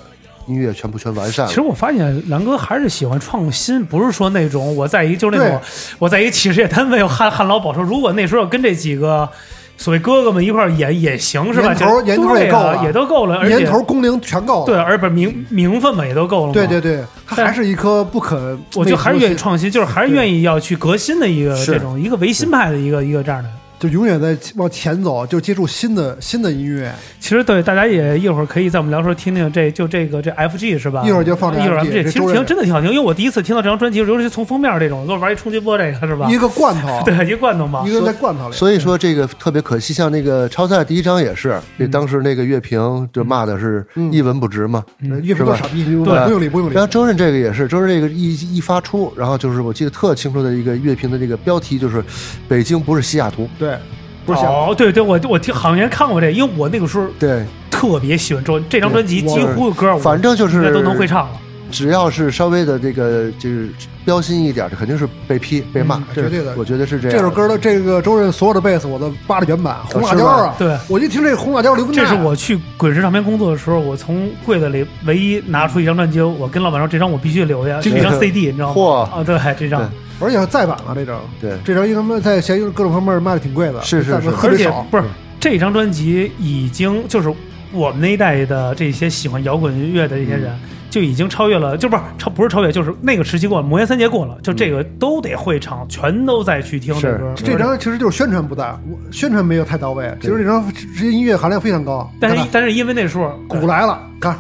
Speaker 3: 音乐全部全完善
Speaker 2: 啊
Speaker 1: 其
Speaker 3: 了
Speaker 1: 实。我发现兰哥还是喜欢创新，不是说那种我在一就是那种
Speaker 2: 对
Speaker 1: 我在一企事业单位我旱旱涝保收。如果那时候跟这几个所谓哥哥们一块儿演也行是吧？
Speaker 2: 年
Speaker 1: 就
Speaker 2: 头
Speaker 1: 是
Speaker 2: 年头也
Speaker 1: 对
Speaker 2: 够
Speaker 1: 啊
Speaker 2: 了
Speaker 1: 也都够了，而且
Speaker 2: 年头工龄全够
Speaker 1: 对，
Speaker 2: 了。
Speaker 1: 而不是名名分嘛也都够了嘛。
Speaker 2: 对对对，他还是一颗不肯，
Speaker 1: 我觉得还是愿意
Speaker 2: 愿
Speaker 1: 创新，就是还是
Speaker 2: 对
Speaker 1: 愿意要去革新的一个
Speaker 3: 是
Speaker 1: 这种一个维新派的一个一个这样的。
Speaker 2: 就永远在往前走，就接触新的新的音乐。
Speaker 1: 其实对大家也一会儿可以在我们聊的时候听听这就这个这 FG 是吧？
Speaker 3: 啊
Speaker 2: 一会儿就放这
Speaker 1: 一会儿
Speaker 2: FG 这
Speaker 1: FG，其实
Speaker 2: 周
Speaker 1: 挺
Speaker 2: 人
Speaker 1: 真的挺好听，因为我第一次听到这张专辑，尤其是从封面这种，给我玩一冲击波这个是吧？
Speaker 2: 一个罐头，
Speaker 1: 对，一罐头嘛
Speaker 2: 一。个在罐头里。
Speaker 3: 所以说这个特别可惜，像那个超赛第一章也是，
Speaker 2: 嗯
Speaker 3: 这当时那个乐评就骂的是一文不值嘛。
Speaker 2: 越不
Speaker 3: 是
Speaker 2: 都
Speaker 3: 吧
Speaker 2: 傻逼，不
Speaker 3: 对
Speaker 2: 用理，不用理
Speaker 3: 然。后周润这个也是，周润这个一一发出，然后就是我记得特清楚的一个乐评的这个标题就是“北京不是西雅图
Speaker 2: 对，不是想
Speaker 1: 哦，对对，我我听好像看过这，因为我那个时候”，
Speaker 3: 对，
Speaker 1: 特别喜欢周这张专辑，
Speaker 3: 对我
Speaker 1: 几乎有歌我
Speaker 3: 反正就
Speaker 1: 应
Speaker 3: 是
Speaker 1: 该都能会唱了。
Speaker 3: 只要是稍微的这个就是标新一点，肯定是被批被骂
Speaker 2: 嗯，
Speaker 3: 这是
Speaker 2: 绝对的
Speaker 3: 我觉得是这样。
Speaker 2: 这首歌的这个周润所有的贝斯我都扒了原版，红辣椒啊，
Speaker 1: 对，
Speaker 2: 我一听这红辣椒刘文
Speaker 1: 这是我去滚石唱片工作的时候，我从柜子里唯一拿出一张专辑，我跟老板说这张我必须留下，是一张 CD，你知道吗？
Speaker 3: 嚯
Speaker 1: 啊，对，这张
Speaker 3: 对，
Speaker 2: 而且还再版了这张，
Speaker 3: 对
Speaker 2: 这张应该在闲鱼各种方面卖的挺贵的，
Speaker 3: 是是
Speaker 2: 但
Speaker 3: 是
Speaker 2: 特
Speaker 1: 而
Speaker 2: 别
Speaker 1: 且
Speaker 2: 少。
Speaker 3: 嗯
Speaker 1: 不是这张专辑已经就是我们那一代的这些喜欢摇滚乐的这些
Speaker 3: 嗯
Speaker 1: 人，就已经超越了，就不是超不是超越，就是那个时期过了，魔岩三杰过了，就这个都得会唱，全都在去听这
Speaker 3: 嗯是
Speaker 1: 歌。
Speaker 2: 这张其实就是宣传不大，我宣传没有太到位。其实这张这音乐含量非常高，
Speaker 1: 但是
Speaker 2: 看
Speaker 1: 但是因为那时候
Speaker 2: 鼓来了，看，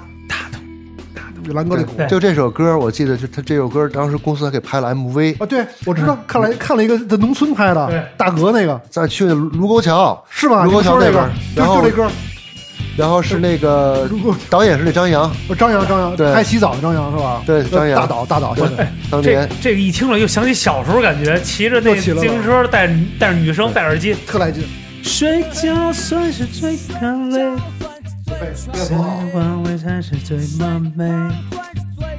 Speaker 2: 有蓝哥的鼓
Speaker 1: 对
Speaker 3: 就这首歌，我记得是他这首歌当时公司还给拍了 MV，
Speaker 2: 啊，对我知道，看了看了一个在农村拍
Speaker 1: 对
Speaker 2: 的，大鹅那个
Speaker 3: 在去那卢沟桥，
Speaker 2: 是吧？
Speaker 3: 卢
Speaker 2: 你
Speaker 3: 沟
Speaker 2: 们
Speaker 3: 桥
Speaker 2: 说
Speaker 3: 那
Speaker 2: 这
Speaker 3: 边
Speaker 2: 个
Speaker 3: 儿，，
Speaker 2: 就
Speaker 3: 然后
Speaker 2: 就这歌，
Speaker 3: 然后是那个
Speaker 2: 如果
Speaker 3: 导演是那张扬，
Speaker 2: 我张扬张扬
Speaker 3: 对
Speaker 2: 拍洗澡的张扬是吧？
Speaker 3: 对张扬
Speaker 2: 大岛大岛，现在
Speaker 3: 当
Speaker 1: 这
Speaker 3: 年
Speaker 1: 这个一听了又想起小时候感觉，骑着那
Speaker 2: 又
Speaker 1: 自
Speaker 2: 起了
Speaker 1: 行车带着带着女生戴耳机，
Speaker 2: 特来劲，
Speaker 1: 睡觉算是最干累，喜欢为才是最完美。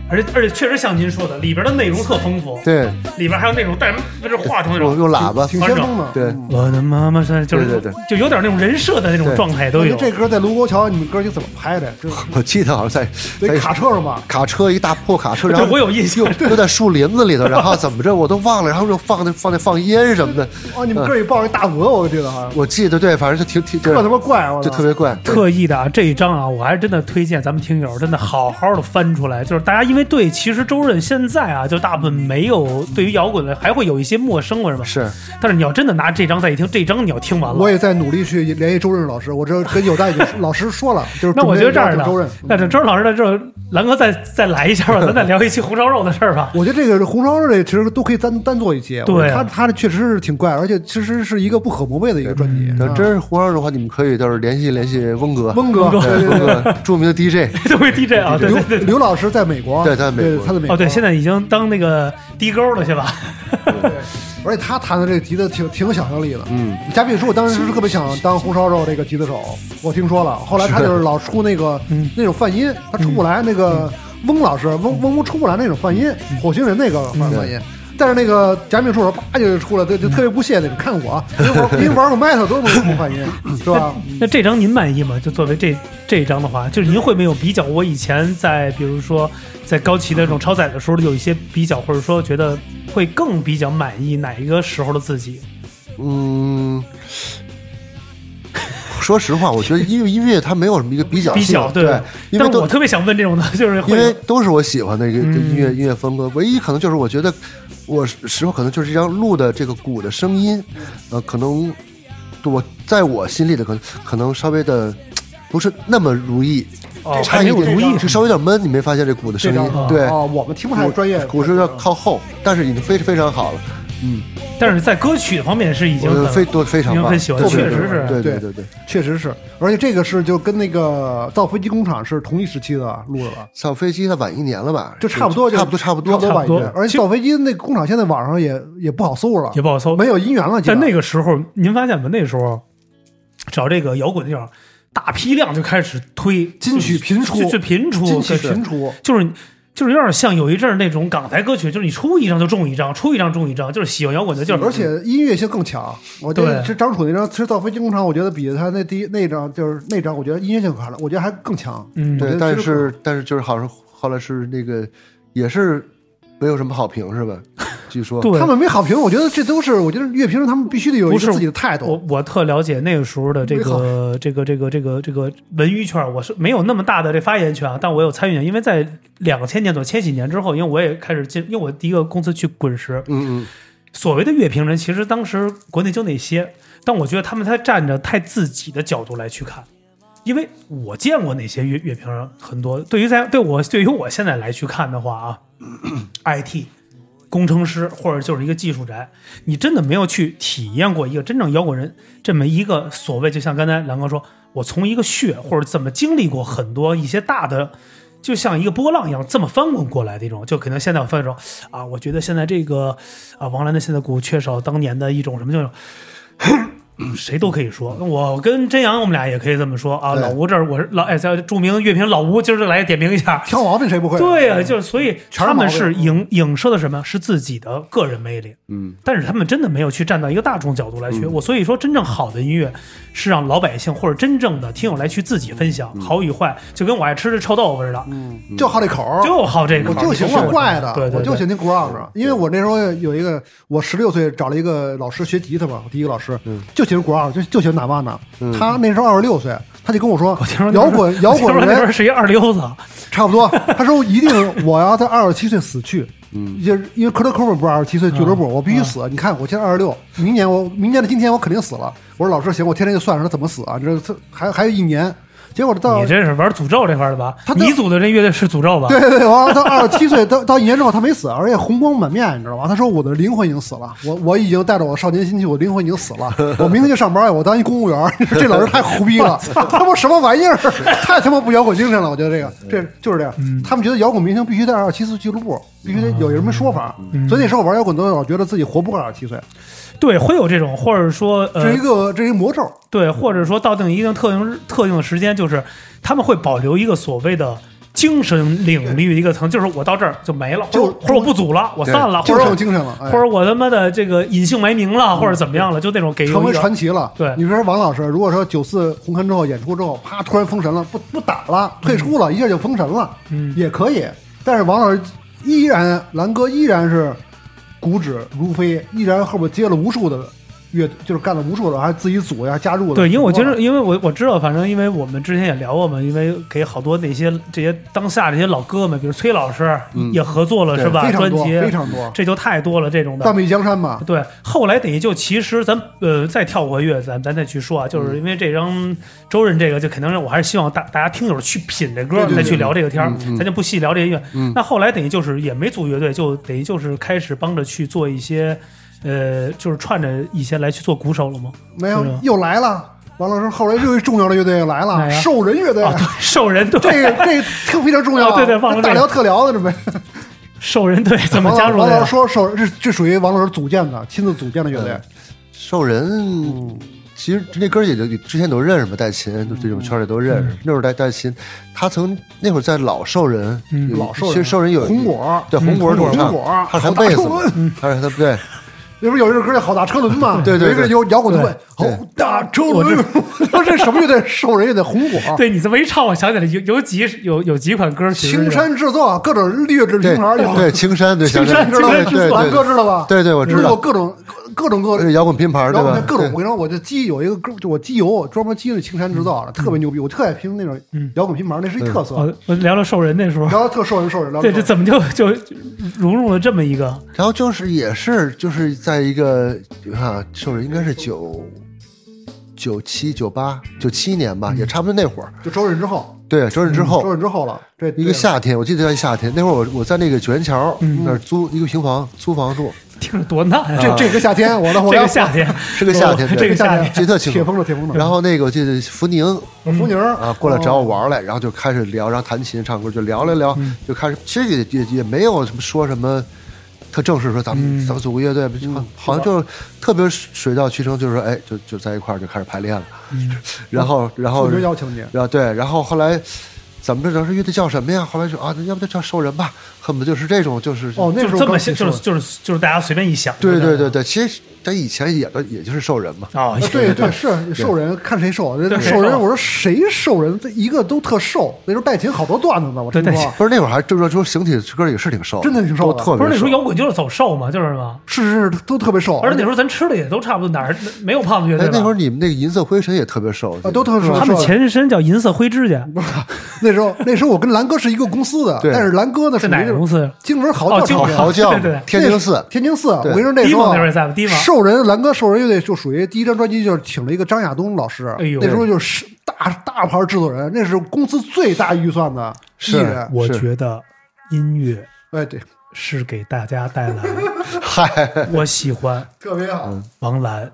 Speaker 1: 而且而且确实像您说的，里边的内容特丰富，
Speaker 3: 对
Speaker 1: 里边还有那种带什么带着话筒那
Speaker 3: 用
Speaker 1: 种。
Speaker 3: 用喇叭，
Speaker 2: 挺先锋的。
Speaker 3: 对
Speaker 2: 嗯
Speaker 1: 我的妈妈是就是
Speaker 3: 对对对
Speaker 1: 就有点那种人设的那种
Speaker 3: 对
Speaker 1: 状态都有。
Speaker 2: 这歌在卢沟桥，你们歌就怎么拍的？这
Speaker 3: 我记得好像在
Speaker 2: 得
Speaker 3: 在
Speaker 2: 卡车上吧？
Speaker 3: 卡车一大破卡车，然
Speaker 1: 对，
Speaker 3: 后
Speaker 1: 我有印象
Speaker 3: 又。又在树林子里
Speaker 1: [LAUGHS]
Speaker 3: 头，然后怎么着我都忘了，然后就放那放那放烟什么的，
Speaker 2: 哦，你们哥一抱着大鹅，我记得好像
Speaker 3: 我记得对，反正就挺挺
Speaker 2: 特他
Speaker 3: 就
Speaker 2: 妈怪，啊我
Speaker 3: 就
Speaker 2: 操
Speaker 3: 特别怪，
Speaker 1: 特意的啊，这一章啊，我还是真的推荐咱们听友真的好好的翻出来，就是大家因为对其实周润现在啊，就大部分没有对于摇滚的还会有一些陌生或者什么，
Speaker 3: 是
Speaker 1: 但是你要真的拿这张再一听，这张你要听完了，
Speaker 2: 我也在努力去联系周润老师，我这跟有代已经老师说了，就是
Speaker 1: 那我觉得这样
Speaker 2: 准备要找周润嗯
Speaker 1: 的，，那这周润老师的这兰哥再再来一下吧，咱再聊一期红烧肉的事儿吧。
Speaker 2: 我觉得这个红烧肉这其实都可以单单做一期，
Speaker 1: 对啊
Speaker 2: 他他这确实是挺怪，而且其实是一个不可磨灭的一个专辑。
Speaker 3: 等
Speaker 2: 啊
Speaker 3: 真是胡闹的话，你们可以就是联系联系翁哥，
Speaker 2: 翁哥，对
Speaker 3: 对
Speaker 2: 对
Speaker 3: 翁
Speaker 2: 对
Speaker 3: 哥著名的 DJ，
Speaker 1: 这位 DJ 啊，对对
Speaker 2: 刘
Speaker 1: 对，
Speaker 2: 刘老师在美国，
Speaker 3: 对他在美国
Speaker 2: 他在美国。
Speaker 1: 哦对，现在已经当那个低沟了去吧？
Speaker 2: 而且他弹的这个吉他挺挺有想象力的。
Speaker 3: 嗯，
Speaker 2: 贾比说，我当时是特别想当红烧肉这个吉他手，我听说了。后来他就是老出那个
Speaker 1: 嗯
Speaker 2: 那种泛音，他出不来那
Speaker 3: 嗯
Speaker 2: 个翁老师，翁翁屋出不来那种泛音，火星人那个
Speaker 3: 嗯
Speaker 2: 泛泛音。但是那个贾炳说，啪就出来，就就特别不屑那种，看我，
Speaker 3: [LAUGHS]
Speaker 2: 因为玩因为玩过麦特多么出泛音，是吧？
Speaker 3: 嗯
Speaker 1: 那这张您满意吗？就作为这这一张的话，就是您会没有比较？我以前在比如说在高崎的那种超载的时候，有一些比较，或者说觉得会更比较满意哪一个时候的自己？
Speaker 3: 嗯。说实话，我觉得音乐音乐它没有什么一个比较性
Speaker 1: 比较对
Speaker 3: 对，因为
Speaker 1: 但
Speaker 3: 都
Speaker 1: 我特别想问这种的， [LAUGHS] 就是
Speaker 3: 因
Speaker 1: 会
Speaker 3: 为
Speaker 1: 有
Speaker 3: 都是我喜欢的一个
Speaker 1: 嗯
Speaker 3: 音乐、音乐风格，唯一可能就是我觉得我时候可能就是这张录的这个鼓的声音，呃，可能我在我心里的可能可能稍微的嘖不是那么如意，
Speaker 1: 哦，
Speaker 3: 差
Speaker 1: 还没
Speaker 3: 一
Speaker 1: 有
Speaker 3: 点
Speaker 1: 如意
Speaker 3: 就稍微有点闷，你没发现这鼓的
Speaker 2: 这
Speaker 3: 声
Speaker 2: 张
Speaker 3: 音
Speaker 1: 啊？
Speaker 3: 嗯对，
Speaker 2: 啊，我们听不太专业，
Speaker 3: 鼓是有点靠后，但是已经非非常好了，
Speaker 1: 但是在歌曲方面是已经
Speaker 3: 我
Speaker 1: 很
Speaker 3: 非都非常
Speaker 1: 已经
Speaker 3: 棒，
Speaker 1: 很喜欢
Speaker 3: 对
Speaker 2: 确
Speaker 3: 对
Speaker 2: 实是
Speaker 3: 对对
Speaker 2: 对
Speaker 3: 对对。
Speaker 2: 确实是，而且这个是就跟那个造飞机工厂是同一时期的录的吧？
Speaker 3: 上飞机它晚一年了吧？
Speaker 2: 就差不多就，
Speaker 3: 差不多，差不多，
Speaker 2: 差
Speaker 1: 差不多
Speaker 2: 吧而且造飞机那工厂现在网上也也不好搜了，
Speaker 1: 也不好搜。
Speaker 2: 没有音源了。
Speaker 1: 但那
Speaker 2: 个
Speaker 1: 个时候，您发现吗？那时候，找这个摇滚地方，大批量就开始推
Speaker 2: 金曲频出
Speaker 1: 去去频出，
Speaker 2: 近期
Speaker 1: 对
Speaker 2: 频出，
Speaker 1: 就是就是有点像有一阵儿那种港台歌曲，就是你出一张就中一张，出一张中一张，就是喜欢摇滚的，就是
Speaker 2: 而且音乐性更强。我觉得
Speaker 1: 对
Speaker 2: 这张楚那张《吃造飞机工厂》，我觉得比他那第一那张就是那张，我觉得音乐性可了，我觉得还更强。
Speaker 1: 嗯，
Speaker 2: 我觉
Speaker 3: 对，
Speaker 2: 得
Speaker 3: 但
Speaker 2: 其实
Speaker 3: 是但是就是好像后来是那个也是没有什么好评是吧？ [LAUGHS] 据说嗯
Speaker 1: 对
Speaker 2: 他们没好评，我觉得这都是我觉得乐评人他们必须得有一
Speaker 1: 不是
Speaker 2: 个自己的态
Speaker 1: 我
Speaker 2: 度。
Speaker 1: 我特了解那个时候的这个这个这个这个这个文娱圈，我是没有那么大的这发言权啊，但我有参与，因为在两千年左右、千禧年之后，因为我也开始进，因为我第一个公司去滚石，
Speaker 3: 嗯嗯，
Speaker 1: 所谓的乐评人，其实当时国内就那些，但我觉得他们他站着太自己的角度来去看，因为我见过那些乐乐评人很多，对于在对我对于我现在来去看的话啊，IT 工程师或者就是一个技术宅，你真的没有去体验过一个真正摇滚人这么一个所谓，就像刚才梁哥说，我从一个血或者怎么经历过很多一些大的。就像一个波浪一样，这么翻滚过来的一种，就可能现在我发现说啊，我觉得现在这个啊，王蓝的现在鼓缺少当年的一种什么叫。 [COUGHS] 谁都可以说，我跟真阳我们俩也可以这么说啊。
Speaker 3: 对
Speaker 1: 老吴这儿我是老哎，叫著名乐评老吴，今儿就来点评一下。
Speaker 2: 挑毛病谁不会？啊
Speaker 1: 对呀、就是所以
Speaker 2: 嗯全是
Speaker 1: 他们
Speaker 2: 毛病
Speaker 1: 是影影射的什么？是自己的个人魅力。
Speaker 3: 嗯，
Speaker 1: 但是他们真的没有去站到一个大众角度来
Speaker 2: 嗯
Speaker 1: 去。我所以说，真正好的音乐是让老百姓或者真正的听友来去自己分享
Speaker 2: 嗯
Speaker 1: 好与坏，就跟我爱吃的臭豆腐似的，
Speaker 2: 就好这口儿。
Speaker 1: 就好这个。
Speaker 2: 嗯我就喜欢听怪的，
Speaker 1: 对对对嗯
Speaker 2: 我就喜欢听 grunge，因为我那时候有一个，我十六岁找了一个老师学吉他嘛，我第一个老师
Speaker 1: 嗯
Speaker 2: 就喜欢 grunge，就就喜欢 Nirvana。他那时候二十六岁，他就跟我说
Speaker 1: 我听说，那
Speaker 2: 摇
Speaker 1: 边
Speaker 2: 滚摇
Speaker 1: 我听
Speaker 2: 滚
Speaker 1: 说那边
Speaker 2: 人
Speaker 1: 是一二流子，
Speaker 2: 差不多。他说一定我要在二十七岁死去，
Speaker 1: 嗯
Speaker 2: 也因为 Kurt Cobain 不是二十七岁俱乐部，我必须死。你看我现在二十六，明年我明年的今天我肯定死了。我说老师行，我天天就算着他怎么死啊，这这还还有一年。结果到
Speaker 1: 你这是玩诅咒这块儿的吧？
Speaker 2: 呃他
Speaker 1: 你组的这乐队是诅咒吧？
Speaker 2: 对对对，完了，到二十七岁，到到一年之后，他没死，而且红光满面，你知道吗？他说我的灵魂已经死了，我我已经带着我的少年心气，我灵魂已经死了，我明天就上班，我当一公务员。 [LAUGHS] 你说这老师太胡逼了，他妈什么玩意儿，太他妈不摇滚精神了！我觉得这个，这就是这样，他们觉得摇滚明星必须在二十七岁俱乐部，必须得有什么说法。所以那时候玩摇滚都老觉得自己活不过二十七岁，
Speaker 1: 对，会有这种，或者说
Speaker 2: 这是
Speaker 1: 呃
Speaker 2: 一，个这是一个魔咒。
Speaker 1: 对，或者说到定一定特定日特定的时间，就是他们会保留一个所谓的精神领域的一个层，就是我到这儿就没了，
Speaker 2: 就
Speaker 1: 或者或者我不组了，我散了，或
Speaker 2: 就
Speaker 1: 者
Speaker 2: 剩
Speaker 1: 我
Speaker 2: 精神了，哎嗯
Speaker 1: 或者我他妈的这个隐姓埋名了，或者怎么样了，就那种给
Speaker 2: 成
Speaker 1: 有
Speaker 2: 为
Speaker 1: 一个
Speaker 2: 传奇了。
Speaker 1: 对
Speaker 2: 你说王老师，如果说九四红勘之后演出之后，啪突然封神了，不不打了，退出了，一下就封神了，
Speaker 1: 嗯
Speaker 2: 也可以。但是王老师依然，兰哥依然是骨指如飞，依然后边接了无数的乐，就是干了无数的，还自己组呀加入的。
Speaker 1: 对，因为我觉得，因为我我知道，反正因为我们之前也聊过嘛，因为给好多那些这些当下这些老哥们，比如崔老师也合作了，
Speaker 3: 对
Speaker 1: 是吧？
Speaker 2: 嗯非常
Speaker 1: 专
Speaker 2: 多，
Speaker 1: 辑
Speaker 2: 非常多。
Speaker 1: 这就太多了，这种的。
Speaker 2: 半壁江山嘛，
Speaker 1: 对，后来等于就其实咱呃再跳回月，咱咱再去说啊，
Speaker 2: 嗯
Speaker 1: 就是因为这张周润这个，就肯定是我还是希望大大家听友去品这歌，
Speaker 2: 对对
Speaker 1: 再
Speaker 2: 对嗯
Speaker 1: 去聊这个天儿，咱就不细聊这些乐。那后来等于就是也没组乐队，就等于就是开始帮着去做一些。呃，就是串着以前来去做鼓手了吗？
Speaker 2: 没有
Speaker 1: 是吗
Speaker 2: 又来了。王老师后来又一重要的乐队又来
Speaker 1: 哪
Speaker 2: 了，
Speaker 1: 呀
Speaker 2: 兽人乐队
Speaker 1: 啊，，对，兽人队，
Speaker 2: 这个这个特非常重要啊，
Speaker 1: 哦对对忘了这个
Speaker 2: 大聊特聊的准备。
Speaker 1: 兽人队怎么
Speaker 2: 王
Speaker 1: 加入
Speaker 2: 王
Speaker 1: 的
Speaker 2: 老师
Speaker 1: 呀？
Speaker 2: 说手这这属于王老师组建的，亲自组建的乐队
Speaker 3: 嗯。兽
Speaker 2: 嗯
Speaker 3: 人其实那歌儿也就之前都认识嘛，戴琴就这种圈儿里都认
Speaker 2: 嗯
Speaker 3: 识。那会儿戴戴琴，他曾那会儿在老兽人，有
Speaker 2: 嗯老兽人
Speaker 3: 其实兽人有
Speaker 2: 红果
Speaker 3: 对红果
Speaker 2: 红
Speaker 3: 主
Speaker 2: 果
Speaker 3: 唱
Speaker 2: 红果，
Speaker 3: 他是弹
Speaker 2: 好大
Speaker 3: 贝斯
Speaker 2: 车轮
Speaker 3: 嘛，他是他
Speaker 2: [LAUGHS]
Speaker 3: 对。
Speaker 2: 那不是有一首歌叫《好大车轮》吗？
Speaker 3: 对对对
Speaker 2: 有一个有摇滚队，好
Speaker 3: 对
Speaker 2: 大车轮。 [LAUGHS] 我这什么乐队？兽人乐队，红果，
Speaker 1: 对你这么一唱，我想起来有有几有有几款歌曲是
Speaker 2: 青山制作，各种劣质
Speaker 3: 对
Speaker 2: 名牌儿有。
Speaker 3: 对青山对
Speaker 2: 青
Speaker 3: 想
Speaker 2: 山
Speaker 3: 起
Speaker 2: 知道
Speaker 3: 来
Speaker 2: 吧？
Speaker 3: 对对
Speaker 2: 蓝
Speaker 3: 对
Speaker 2: 哥知道吧？
Speaker 3: 对对我知道
Speaker 2: 有各种各各种各
Speaker 3: 对，摇滚拼盘儿对
Speaker 2: 然后
Speaker 3: 吧
Speaker 2: 那？各种，我跟
Speaker 3: 对
Speaker 2: 你说，我就机有一个歌，就我机油专门机那青山制造的，特
Speaker 3: 嗯
Speaker 2: 别牛逼，我特爱听那种摇滚拼盘儿，那是一特
Speaker 3: 哦
Speaker 2: 色。
Speaker 1: 哦我我聊聊兽人那时候，
Speaker 2: 然后特受人受人，然后
Speaker 1: 对，这怎么就就融入了这么一个？
Speaker 3: 然后就是也是就是在一个你看啊，兽人应该是九九七九八九七年吧，
Speaker 2: 嗯
Speaker 3: 也差不多那会儿。
Speaker 2: 就周润之后，
Speaker 3: 对，周润之后
Speaker 2: 周润之后了，这
Speaker 3: 一个夏天，我记得在夏天那会儿，我我在那个九元桥
Speaker 2: 嗯
Speaker 3: 那儿租一个平房，租房住，
Speaker 1: 听着多难啊！
Speaker 2: 这这个夏天，我的我
Speaker 1: 这
Speaker 2: 要
Speaker 1: 个夏天，
Speaker 3: 是个夏天，
Speaker 1: 这
Speaker 2: [LAUGHS]
Speaker 3: 对
Speaker 1: 个夏天
Speaker 3: 记得特清
Speaker 2: 铁
Speaker 3: 楚。
Speaker 2: 风了，铁风了。嗯
Speaker 3: 然后那个我记得福宁
Speaker 2: 我服宁儿
Speaker 3: 啊过来找我
Speaker 2: 哦
Speaker 3: 玩儿来，然后就开始聊，然后弹琴唱歌，就聊了聊，
Speaker 2: 嗯
Speaker 3: 就开始其实也也也没有什么说什么。特正式说咱
Speaker 2: 嗯
Speaker 3: 们咱们组个乐队，好像就特别水到渠成，就是说哎，就 [LAUGHS] 就在一块儿就开始排练了，然后然后
Speaker 2: 嗯福宁邀请你，
Speaker 3: 然后对，然后后来咱们这当时乐队叫什么呀？后来说啊，要不就叫兽人吧，恨不得就是这种，就是
Speaker 2: 哦，
Speaker 1: 就
Speaker 2: 那时
Speaker 1: 是
Speaker 2: 候
Speaker 1: 这么
Speaker 2: 刚
Speaker 1: 想，
Speaker 2: 接
Speaker 1: 就
Speaker 2: 触
Speaker 1: 是就是就是大家随便一想，
Speaker 3: 对对
Speaker 1: 对
Speaker 3: 对对，其实咱以前也都也就是兽人嘛，
Speaker 1: 啊，
Speaker 2: 啊对对是兽人看谁瘦，啊
Speaker 1: 对谁
Speaker 2: 兽人
Speaker 1: 瘦
Speaker 2: 我说谁瘦人，这一个都特瘦。那时候戴琴好多段子呢，我听
Speaker 1: 对戴
Speaker 2: 说
Speaker 1: 琴
Speaker 3: 不是那会儿还真说说形体歌也是挺瘦，
Speaker 2: 真的挺瘦的
Speaker 3: 都特别
Speaker 1: 不是那时候
Speaker 3: 瘦
Speaker 1: 摇滚就是走瘦嘛，就是嘛，
Speaker 2: 是是是都特别瘦，
Speaker 1: 而哦且那时候咱吃的也都差不多，哪 [LAUGHS] 儿没有胖子乐队
Speaker 3: 哎
Speaker 1: 吧？
Speaker 3: 那会儿你们那个银色灰尘也特别瘦
Speaker 2: 啊都特瘦。
Speaker 1: 他们
Speaker 2: 瘦
Speaker 1: 前身叫银色灰指 [LAUGHS] 甲，
Speaker 2: 那时候那时候我跟兰哥是一个公司的，
Speaker 3: 对
Speaker 2: 但是兰哥呢
Speaker 1: 在
Speaker 2: 属
Speaker 1: 哪
Speaker 2: 于
Speaker 1: 个公司？
Speaker 2: 精神
Speaker 1: 哦
Speaker 2: 嚎叫
Speaker 1: 精
Speaker 2: 厂
Speaker 1: 神
Speaker 2: 家
Speaker 3: 嚎叫
Speaker 1: 对
Speaker 2: [LAUGHS]
Speaker 1: 对对
Speaker 3: 天津寺
Speaker 2: 那天津寺，啊我
Speaker 3: 对
Speaker 2: 跟你说那时
Speaker 1: 低
Speaker 2: 候
Speaker 1: 蒙那边在吗低蒙
Speaker 2: 兽人兰哥兽人乐队就属于第一张专辑就是请了一个张亚东老师，啊
Speaker 1: 哎呦
Speaker 2: 那时候就是大大牌制作人，那是公司最大预算的艺
Speaker 3: 是
Speaker 2: 人。
Speaker 1: 我觉得音乐
Speaker 2: 哎，对，
Speaker 1: 是给大家带
Speaker 3: [LAUGHS]
Speaker 1: 来的，
Speaker 3: 嗨，
Speaker 1: 我喜欢
Speaker 2: 特别好。
Speaker 1: 王蓝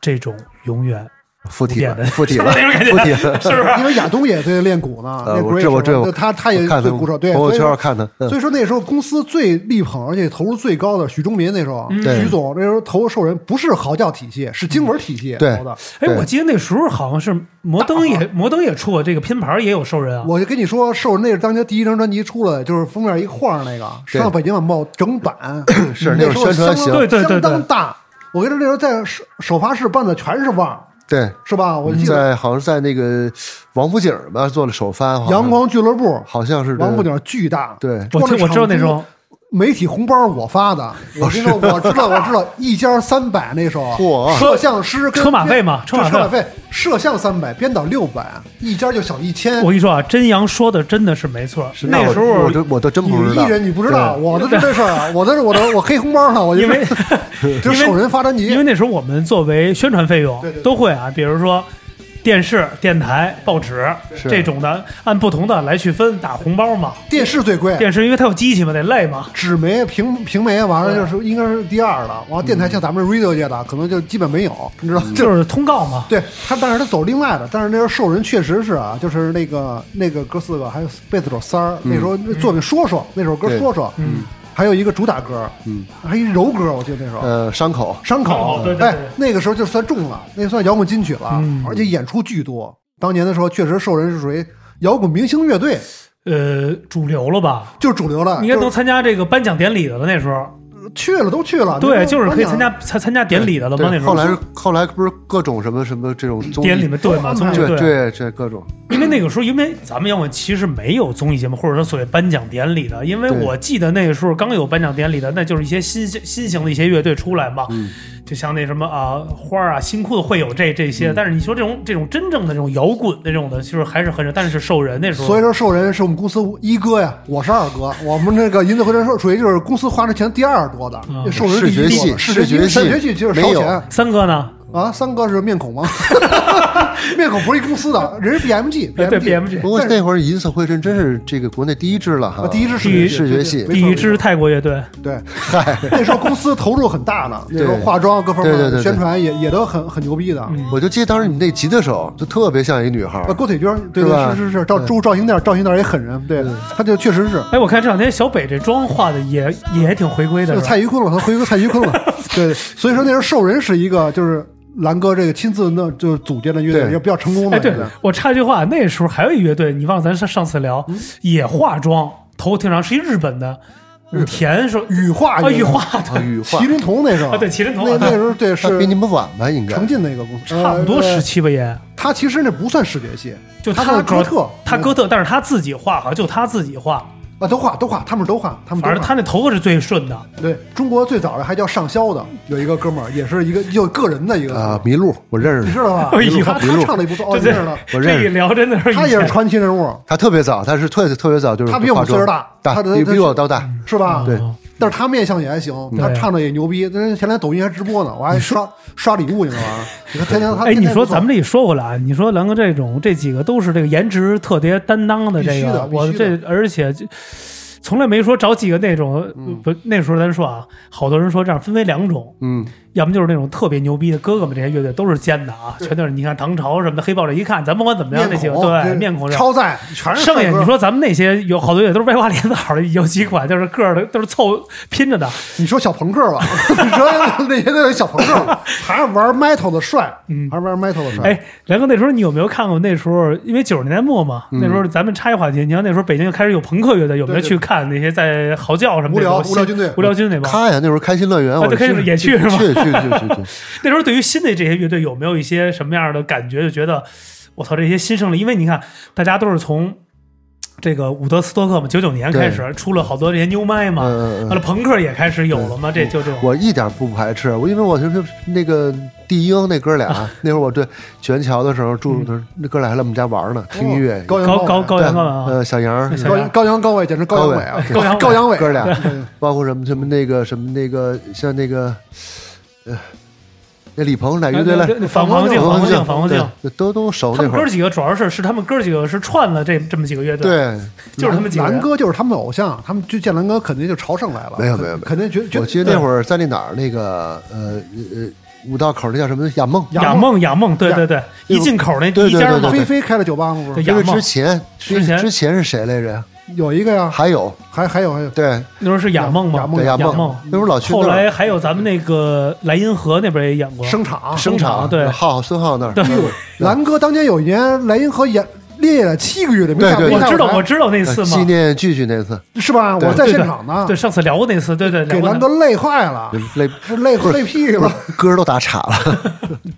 Speaker 1: 这种永远
Speaker 3: 附体
Speaker 1: 不
Speaker 3: 了，
Speaker 1: 变的
Speaker 3: 附
Speaker 1: [LAUGHS]
Speaker 2: [LAUGHS]
Speaker 3: 体了，
Speaker 1: 那种感觉
Speaker 3: 附体了。
Speaker 1: 是不是？
Speaker 2: 因为亚东也在练鼓呢，
Speaker 3: 呃，
Speaker 2: 练
Speaker 3: 我
Speaker 2: Grace
Speaker 3: 这我
Speaker 2: 什
Speaker 3: 这
Speaker 2: 么的
Speaker 3: 我
Speaker 2: 他他也
Speaker 3: 看
Speaker 2: 对
Speaker 3: 他
Speaker 2: 鼓手，对
Speaker 3: 朋友圈
Speaker 2: 所以说
Speaker 3: 看他，嗯
Speaker 2: 所以说那时候公司最力捧，而且投入最高的许忠民那时候，
Speaker 3: 嗯对
Speaker 2: 许总那时候投入兽人不是嚎叫体系，是经文体系
Speaker 3: 对
Speaker 2: 投的。
Speaker 1: 哎，
Speaker 3: 对
Speaker 1: 我记得那时候好像是摩登也摩登也出过这个拼盘，也有兽人啊。
Speaker 2: 我就跟你说，兽人那是当年第一张专辑出来，就是封面一画儿那个，
Speaker 3: 对
Speaker 2: 上北京晚报整版，
Speaker 3: [CLEARS THROAT] 是
Speaker 2: 那
Speaker 3: 那
Speaker 2: 时
Speaker 3: 种
Speaker 2: 候
Speaker 3: 宣
Speaker 2: 相
Speaker 3: 传型
Speaker 2: 当，
Speaker 1: 对对对
Speaker 2: 相当
Speaker 1: 对
Speaker 2: 大。我跟你说，那时候在首首发室办的全是腕儿，
Speaker 3: 对，
Speaker 2: 是吧？我记得
Speaker 3: 在好像是在那个王府井吧做了首发，好像
Speaker 2: 阳光俱乐部，
Speaker 3: 嗯好像是
Speaker 2: 王府井巨大，
Speaker 3: 对
Speaker 1: 我
Speaker 2: 光
Speaker 1: 听我知道那时
Speaker 2: 场
Speaker 1: 候
Speaker 2: 租媒体红包我发的，
Speaker 3: 哦
Speaker 2: 我跟你说，我知道，我知道，一家三百那时候，
Speaker 3: 嚯
Speaker 2: 摄像师跟
Speaker 1: 车马费嘛
Speaker 2: 就
Speaker 1: 车马费
Speaker 2: 车马费，摄像三百，编导六百，一家就小一千
Speaker 1: 我。跟你说啊，真阳说的真的是没错。
Speaker 3: 那
Speaker 1: 那
Speaker 3: 我
Speaker 1: 时候
Speaker 3: 我都我都真不
Speaker 2: 女
Speaker 3: 知
Speaker 2: 艺
Speaker 3: 道，
Speaker 2: 人你不知道，我的是这事儿啊，我的是我的我黑红包呢，我就
Speaker 1: 因为
Speaker 2: [LAUGHS] 这手人发专辑，
Speaker 1: 因为那时候我们作为宣传费用
Speaker 2: 对对对
Speaker 1: 都会啊，比如说电视、电台、报纸
Speaker 3: 是
Speaker 1: 这种的，按不同的来去分打红包嘛。
Speaker 2: 电视最贵，
Speaker 1: 电视因为它有机器嘛，得累嘛。
Speaker 2: 纸媒平平媒啊完了就是应该是第二了，完了
Speaker 3: 嗯
Speaker 2: 电台像咱们 radio 界的可能就基本没有，你知道就
Speaker 1: 就是通告嘛，
Speaker 2: 对他，但是他走另外的，但是那时候兽人确实是啊，就是那个那个哥四个，还有贝斯手三儿，那时候那作品说说那首歌
Speaker 3: 嗯对
Speaker 2: 说说，
Speaker 1: 嗯，
Speaker 2: 还有一个主打歌，嗯，还有一柔歌，我记得那时候。
Speaker 3: 呃，伤口
Speaker 2: 伤口
Speaker 1: 哦，对对对
Speaker 2: 哎，那个时候就算中了，那算摇滚金曲了
Speaker 1: 嗯，
Speaker 2: 而且演出巨多。当年的时候，确实兽人是属于摇滚明星乐队，
Speaker 1: 呃，主流了吧？
Speaker 2: 就是主流了，
Speaker 1: 应该
Speaker 2: 啊就
Speaker 1: 能
Speaker 2: 是
Speaker 1: 参加这个颁奖典礼的了。那时候，
Speaker 2: 去了都去了，
Speaker 1: 对，
Speaker 2: 那时
Speaker 1: 就
Speaker 2: 候
Speaker 1: 是可以参加
Speaker 2: 啊颁奖。
Speaker 1: 参参加典礼的了嘛。那
Speaker 3: 对，
Speaker 1: 时
Speaker 3: 后
Speaker 1: 候
Speaker 3: 来后来不是各种什么什么这种综艺
Speaker 1: 典礼嘛，对嘛，
Speaker 2: 都
Speaker 1: 综艺
Speaker 3: 对
Speaker 1: 对。
Speaker 3: 对这各种
Speaker 1: [CLEARS THROAT] 因为那个时候，因为咱们摇滚其实没有综艺节目，或者说所谓颁奖典礼的。因为
Speaker 3: 对
Speaker 1: 我记得那个时候刚有颁奖典礼的，那就是一些新型新型的一些乐队出来嘛，
Speaker 2: 嗯
Speaker 1: 就像那什么啊花儿啊新裤子会有这这
Speaker 2: 嗯
Speaker 1: 些。但是你说这种这种真正的这种摇滚的这种的，其实还是很少。但是兽人那时候，
Speaker 2: 所以说，兽人是我们公司一哥呀，我是二哥。我们那个银子回声兽属于就是公司花的钱第二多的，
Speaker 1: 嗯
Speaker 2: 这兽人是第一多的
Speaker 3: 视
Speaker 2: 视
Speaker 3: 觉系
Speaker 2: 觉
Speaker 3: 视
Speaker 2: 视
Speaker 3: 觉
Speaker 2: 觉
Speaker 3: 系
Speaker 2: 系就是
Speaker 3: 没
Speaker 2: 烧
Speaker 3: 有
Speaker 2: 钱
Speaker 1: 三哥呢？
Speaker 2: 啊。三哥是面孔吗？ [LAUGHS] 面孔不是一公司的，人是 BMG，
Speaker 1: 呃 [LAUGHS] 对
Speaker 2: BMG
Speaker 3: 不过那会儿银色灰尘真是这个国内第一支了哈，
Speaker 2: 啊第一支视
Speaker 1: 第一
Speaker 2: 觉
Speaker 3: 视觉系
Speaker 2: 对
Speaker 1: 第一支泰国乐队，
Speaker 2: 对， [LAUGHS] 那时候公司投入很大的，那时候
Speaker 3: 对
Speaker 2: 化妆各方
Speaker 3: 对对对
Speaker 2: 面
Speaker 3: 对
Speaker 2: 宣传也也都很很牛逼的。
Speaker 1: 嗯
Speaker 3: 我就记得当时你那吉他手就特别像一女孩儿
Speaker 2: 啊，，郭腿娟儿，对
Speaker 3: 是
Speaker 2: 对
Speaker 3: 吧
Speaker 2: 是是是，照住造型店，造型店也狠人，对，他就确实是。
Speaker 1: 哎，我看这两天小北这妆化的也也挺回归的
Speaker 2: 就是
Speaker 1: 吧，
Speaker 2: 蔡徐坤了，他回归蔡徐
Speaker 3: [LAUGHS]
Speaker 2: 坤了。对，所以说那时候兽人是一个，就是兰哥这个亲自那就是组建的乐队，
Speaker 3: 对
Speaker 2: 也比较成功的。
Speaker 1: 哎，对我插一句话，那时候还有一乐队，你忘了咱上上次聊，
Speaker 2: 嗯
Speaker 1: 也化妆，头挺长，是一日本的，武田说
Speaker 2: 羽化
Speaker 1: 啊，羽化
Speaker 3: 啊，羽化
Speaker 2: 麒麟童那时候
Speaker 1: 啊，对，麒麟童
Speaker 2: 那那
Speaker 1: 啊
Speaker 2: 时候对
Speaker 3: 那比你
Speaker 2: 是
Speaker 3: 们晚吧应该
Speaker 2: 成。进那个公司，
Speaker 1: 差不多
Speaker 2: [LAUGHS] 呃
Speaker 1: 时。期吧也。
Speaker 2: 他其实那不算视觉系，
Speaker 1: 就
Speaker 2: 他
Speaker 1: 他
Speaker 2: 是哥特，嗯
Speaker 1: 他哥特，但是他自己画，好像就他自己画，
Speaker 2: 啊都画都画，他们都画，他们
Speaker 1: 反
Speaker 2: 都
Speaker 1: 正他
Speaker 2: 画。
Speaker 1: 那头发是最顺的。
Speaker 2: 对中国最早的还叫上校的，有一个哥们儿，也是一个有个人的一个，
Speaker 3: 啊，麋鹿，我认
Speaker 2: 你
Speaker 3: 识
Speaker 2: 知
Speaker 3: 他，
Speaker 2: 道吧？
Speaker 1: 哎呦
Speaker 2: 他
Speaker 3: 迷路
Speaker 2: 他唱的也不错，
Speaker 1: 对
Speaker 2: 哦，你
Speaker 1: 对哎
Speaker 2: 知道，
Speaker 3: 我认
Speaker 1: 这一
Speaker 3: 识
Speaker 1: 聊真的是以前，
Speaker 2: 他也是传奇人物，
Speaker 3: 他特别早，他是特特别早，就是
Speaker 2: 他比我们
Speaker 3: 化妆
Speaker 2: 岁数大
Speaker 3: 大
Speaker 2: 他的
Speaker 3: 比
Speaker 2: 他
Speaker 3: 比
Speaker 2: 是嗯
Speaker 3: 我都大。
Speaker 2: 是吧？
Speaker 3: 对
Speaker 1: 哦
Speaker 2: 但是他面相也还行，他
Speaker 1: 对
Speaker 2: 唱的也牛逼。那前两天抖音还直播呢，我还刷刷礼物去了啊。你看天天他，
Speaker 1: 哎，
Speaker 2: 天
Speaker 1: 你
Speaker 2: 天
Speaker 1: 说
Speaker 2: 不
Speaker 1: 咱们这一说回来啊，你说兰哥这种这几个都是这个颜值特别担当的这
Speaker 2: 必须
Speaker 1: 个
Speaker 2: 的，必
Speaker 1: 我
Speaker 2: 须的
Speaker 1: 这而且这
Speaker 2: 嗯
Speaker 1: 从来没说找几个那种不那时候咱说啊，好多人说这样分为两种，
Speaker 3: 嗯，
Speaker 1: 要么就是那种特别牛逼的哥哥们，这些乐队都是尖的啊，全都是你看唐朝什么的，黑豹这一看，咱甭管怎么样，那些
Speaker 2: 面孔
Speaker 1: 对
Speaker 2: 这
Speaker 1: 面孔上。
Speaker 2: 超载，全是
Speaker 1: 剩下
Speaker 2: 帅哥
Speaker 1: 你说咱们那些有好多乐队都是歪瓜裂枣的，有几款就是个儿的都是凑拼着的，
Speaker 2: 你说小朋克
Speaker 1: [LAUGHS]
Speaker 2: 吧，你说那些都是小朋克，还是玩 metal 的帅，
Speaker 1: 嗯
Speaker 2: 还是玩 metal 的帅。
Speaker 1: 哎，梁哥，那时候你有没有看过？那时候因为九十年代末嘛，那时候咱们插一话题，你嗯像那时候北京就开始有朋克乐队，有没有
Speaker 2: 对对
Speaker 1: 去看那些在嚎叫什么
Speaker 2: 无聊
Speaker 1: 那种
Speaker 2: 无聊军队
Speaker 1: 无聊军队吧？
Speaker 3: 看呀，那时候开心乐园，我
Speaker 1: 对啊开心乐园也去
Speaker 3: 去
Speaker 1: 是吧
Speaker 3: 去去去
Speaker 1: [LAUGHS]
Speaker 3: 去去，
Speaker 1: 那时候对于新的这些乐队有没有一些什么样的感觉？就觉得我操，这些新生力，因为你看大家都是从这个伍德斯托克嘛，九九年开始出了好多这些 new 麦嘛，
Speaker 3: 嗯嗯
Speaker 1: 完了
Speaker 3: 嗯。
Speaker 1: 朋克也开始有了嘛，这就这种
Speaker 3: 我一点不排斥，我因为我就是那个地英
Speaker 1: [LAUGHS]
Speaker 3: 那哥俩，那会儿我对全桥的时候住的时候，那哥俩还来我们家玩呢，听音乐。
Speaker 2: 嗯哦高
Speaker 1: 高高高
Speaker 3: 对
Speaker 1: 原高啊，
Speaker 3: 呃，小杨儿，
Speaker 1: 小
Speaker 2: 高阳高阳高伟简直高阳伟啊，
Speaker 1: 高阳
Speaker 2: 高阳伟 [LAUGHS]
Speaker 3: 哥俩，包括什么什么那个什么那个像那个，呃，那李鹏哪乐队来？
Speaker 1: 啊反光镜，反光镜，反光镜。
Speaker 3: 对，都都熟
Speaker 1: 他
Speaker 3: 那
Speaker 1: 们
Speaker 3: 会
Speaker 1: 哥
Speaker 3: 儿，
Speaker 1: 几个主要是是他们哥几个是串了这这么几个乐队，，
Speaker 3: 对，
Speaker 1: 就是他们几个人
Speaker 2: 南哥就是他们的偶像，他们去见南哥肯定就朝圣来了，
Speaker 3: 没有没有没有
Speaker 2: 肯定觉觉
Speaker 3: 我记得那会儿在那哪儿那个呃呃五道口那叫什么亚梦，
Speaker 1: 雅梦雅梦，对对对，一进口那第一家嘛
Speaker 3: 对，
Speaker 2: 菲菲开了酒吧吗？不
Speaker 1: 对
Speaker 2: 是
Speaker 3: 因为
Speaker 1: 亚梦
Speaker 3: 之前之
Speaker 1: 之前
Speaker 3: 之前是谁来着？
Speaker 2: 有一个呀，
Speaker 3: 还有
Speaker 2: 还还有还有
Speaker 3: 对
Speaker 1: 那时候是雅梦嘛，
Speaker 2: 雅
Speaker 3: 对亚
Speaker 1: 雅
Speaker 3: 梦，那会儿老去
Speaker 1: 后
Speaker 3: 那儿
Speaker 1: 来还有咱们那个莱茵河那边也演过，
Speaker 2: 声场，
Speaker 3: 生
Speaker 1: 场对
Speaker 3: 浩孙浩那儿，
Speaker 1: 对
Speaker 2: 哎
Speaker 3: [LAUGHS]
Speaker 2: 南哥当年有一年莱茵河演列了七个月的，没
Speaker 3: 对
Speaker 2: 下
Speaker 3: 对
Speaker 2: 没
Speaker 1: 我
Speaker 2: 下
Speaker 1: 知道
Speaker 2: 舞台
Speaker 1: 我知道那次
Speaker 3: 呃纪
Speaker 1: 嘛，
Speaker 3: 念聚聚那次，
Speaker 2: 是吧？
Speaker 3: 对
Speaker 2: 我在
Speaker 1: 对
Speaker 2: 现
Speaker 1: 对
Speaker 2: 场呢，
Speaker 1: 对，上次聊过那次，对对，
Speaker 2: 给
Speaker 1: 聊过
Speaker 2: 南
Speaker 1: 那
Speaker 2: 哥累坏了，
Speaker 3: 累
Speaker 2: 是累累屁了。
Speaker 3: 歌都打岔了，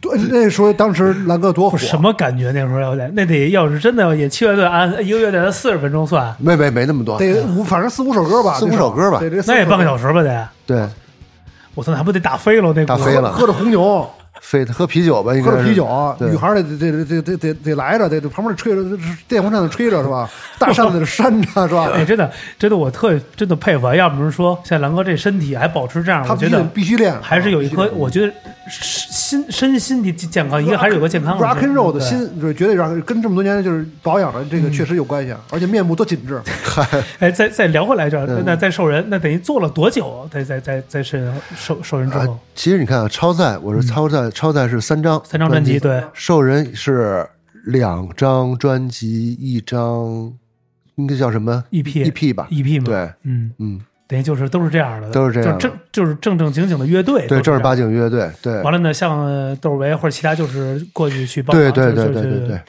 Speaker 2: 对，那时候当时南哥多火，
Speaker 1: 不是什么感觉？那时候要演，那得要是真的要演七乐队，按哎一个乐队的四十分钟算，
Speaker 3: 没没没那么多，
Speaker 2: 得五，反正四五首歌吧，
Speaker 3: 四五首歌吧
Speaker 2: 对，这四五
Speaker 1: 那也半个
Speaker 2: 时。
Speaker 1: 小时吧得。
Speaker 3: 对，
Speaker 1: 我操，那还不得打飞了？那
Speaker 3: 打
Speaker 1: 鼓
Speaker 3: 飞了
Speaker 2: 喝着红牛，
Speaker 3: 非得喝啤酒吧，应该
Speaker 2: 喝
Speaker 3: 是
Speaker 2: 着啤酒，
Speaker 3: 对
Speaker 2: 女孩儿得得得得得得得来着，得得旁边吹着电风扇得吹着是吧？大扇子得扇着是吧？
Speaker 1: 哎，真的，真的，我特真的佩服啊。要不是说像兰哥这身体还保持这样，
Speaker 2: 他
Speaker 1: 我
Speaker 2: 必
Speaker 1: 觉
Speaker 2: 须得
Speaker 1: 得
Speaker 2: 必须练，啊
Speaker 1: 还是有一颗，我觉得身身心体健康，一个还是有个健康的
Speaker 2: rock and roll 的
Speaker 1: 对嗯
Speaker 2: 心，就是绝对让跟这么多年就是保养的这个确实有关系，啊而且面部多紧致。
Speaker 1: 哎，再再聊回来这儿，那再兽人，那等于做了多久？在在在在是兽兽人之后
Speaker 3: 啊，其实你看啊，超载，我说超载，超载是三张
Speaker 1: 哦嗯三张专辑，
Speaker 3: 辑，
Speaker 1: 对，
Speaker 3: 兽人是两张专辑，一张应该叫什么
Speaker 1: EP
Speaker 3: EP 吧？
Speaker 1: EP 嘛，
Speaker 3: 对，
Speaker 1: 嗯，
Speaker 3: 嗯，
Speaker 1: 等于就是都是这样的，
Speaker 3: 都是这样的
Speaker 1: 就正就是正正经经的乐队，
Speaker 3: 对，
Speaker 1: 都
Speaker 3: 正
Speaker 1: 哎是
Speaker 3: 儿八
Speaker 1: 经。
Speaker 3: 经乐队，对，
Speaker 1: 完了呢，像呃窦唯或者其他，就是过去去帮
Speaker 3: 对
Speaker 1: 忙，
Speaker 3: 对对
Speaker 1: 就
Speaker 3: 对
Speaker 1: 就
Speaker 3: 对
Speaker 1: 就
Speaker 3: 对，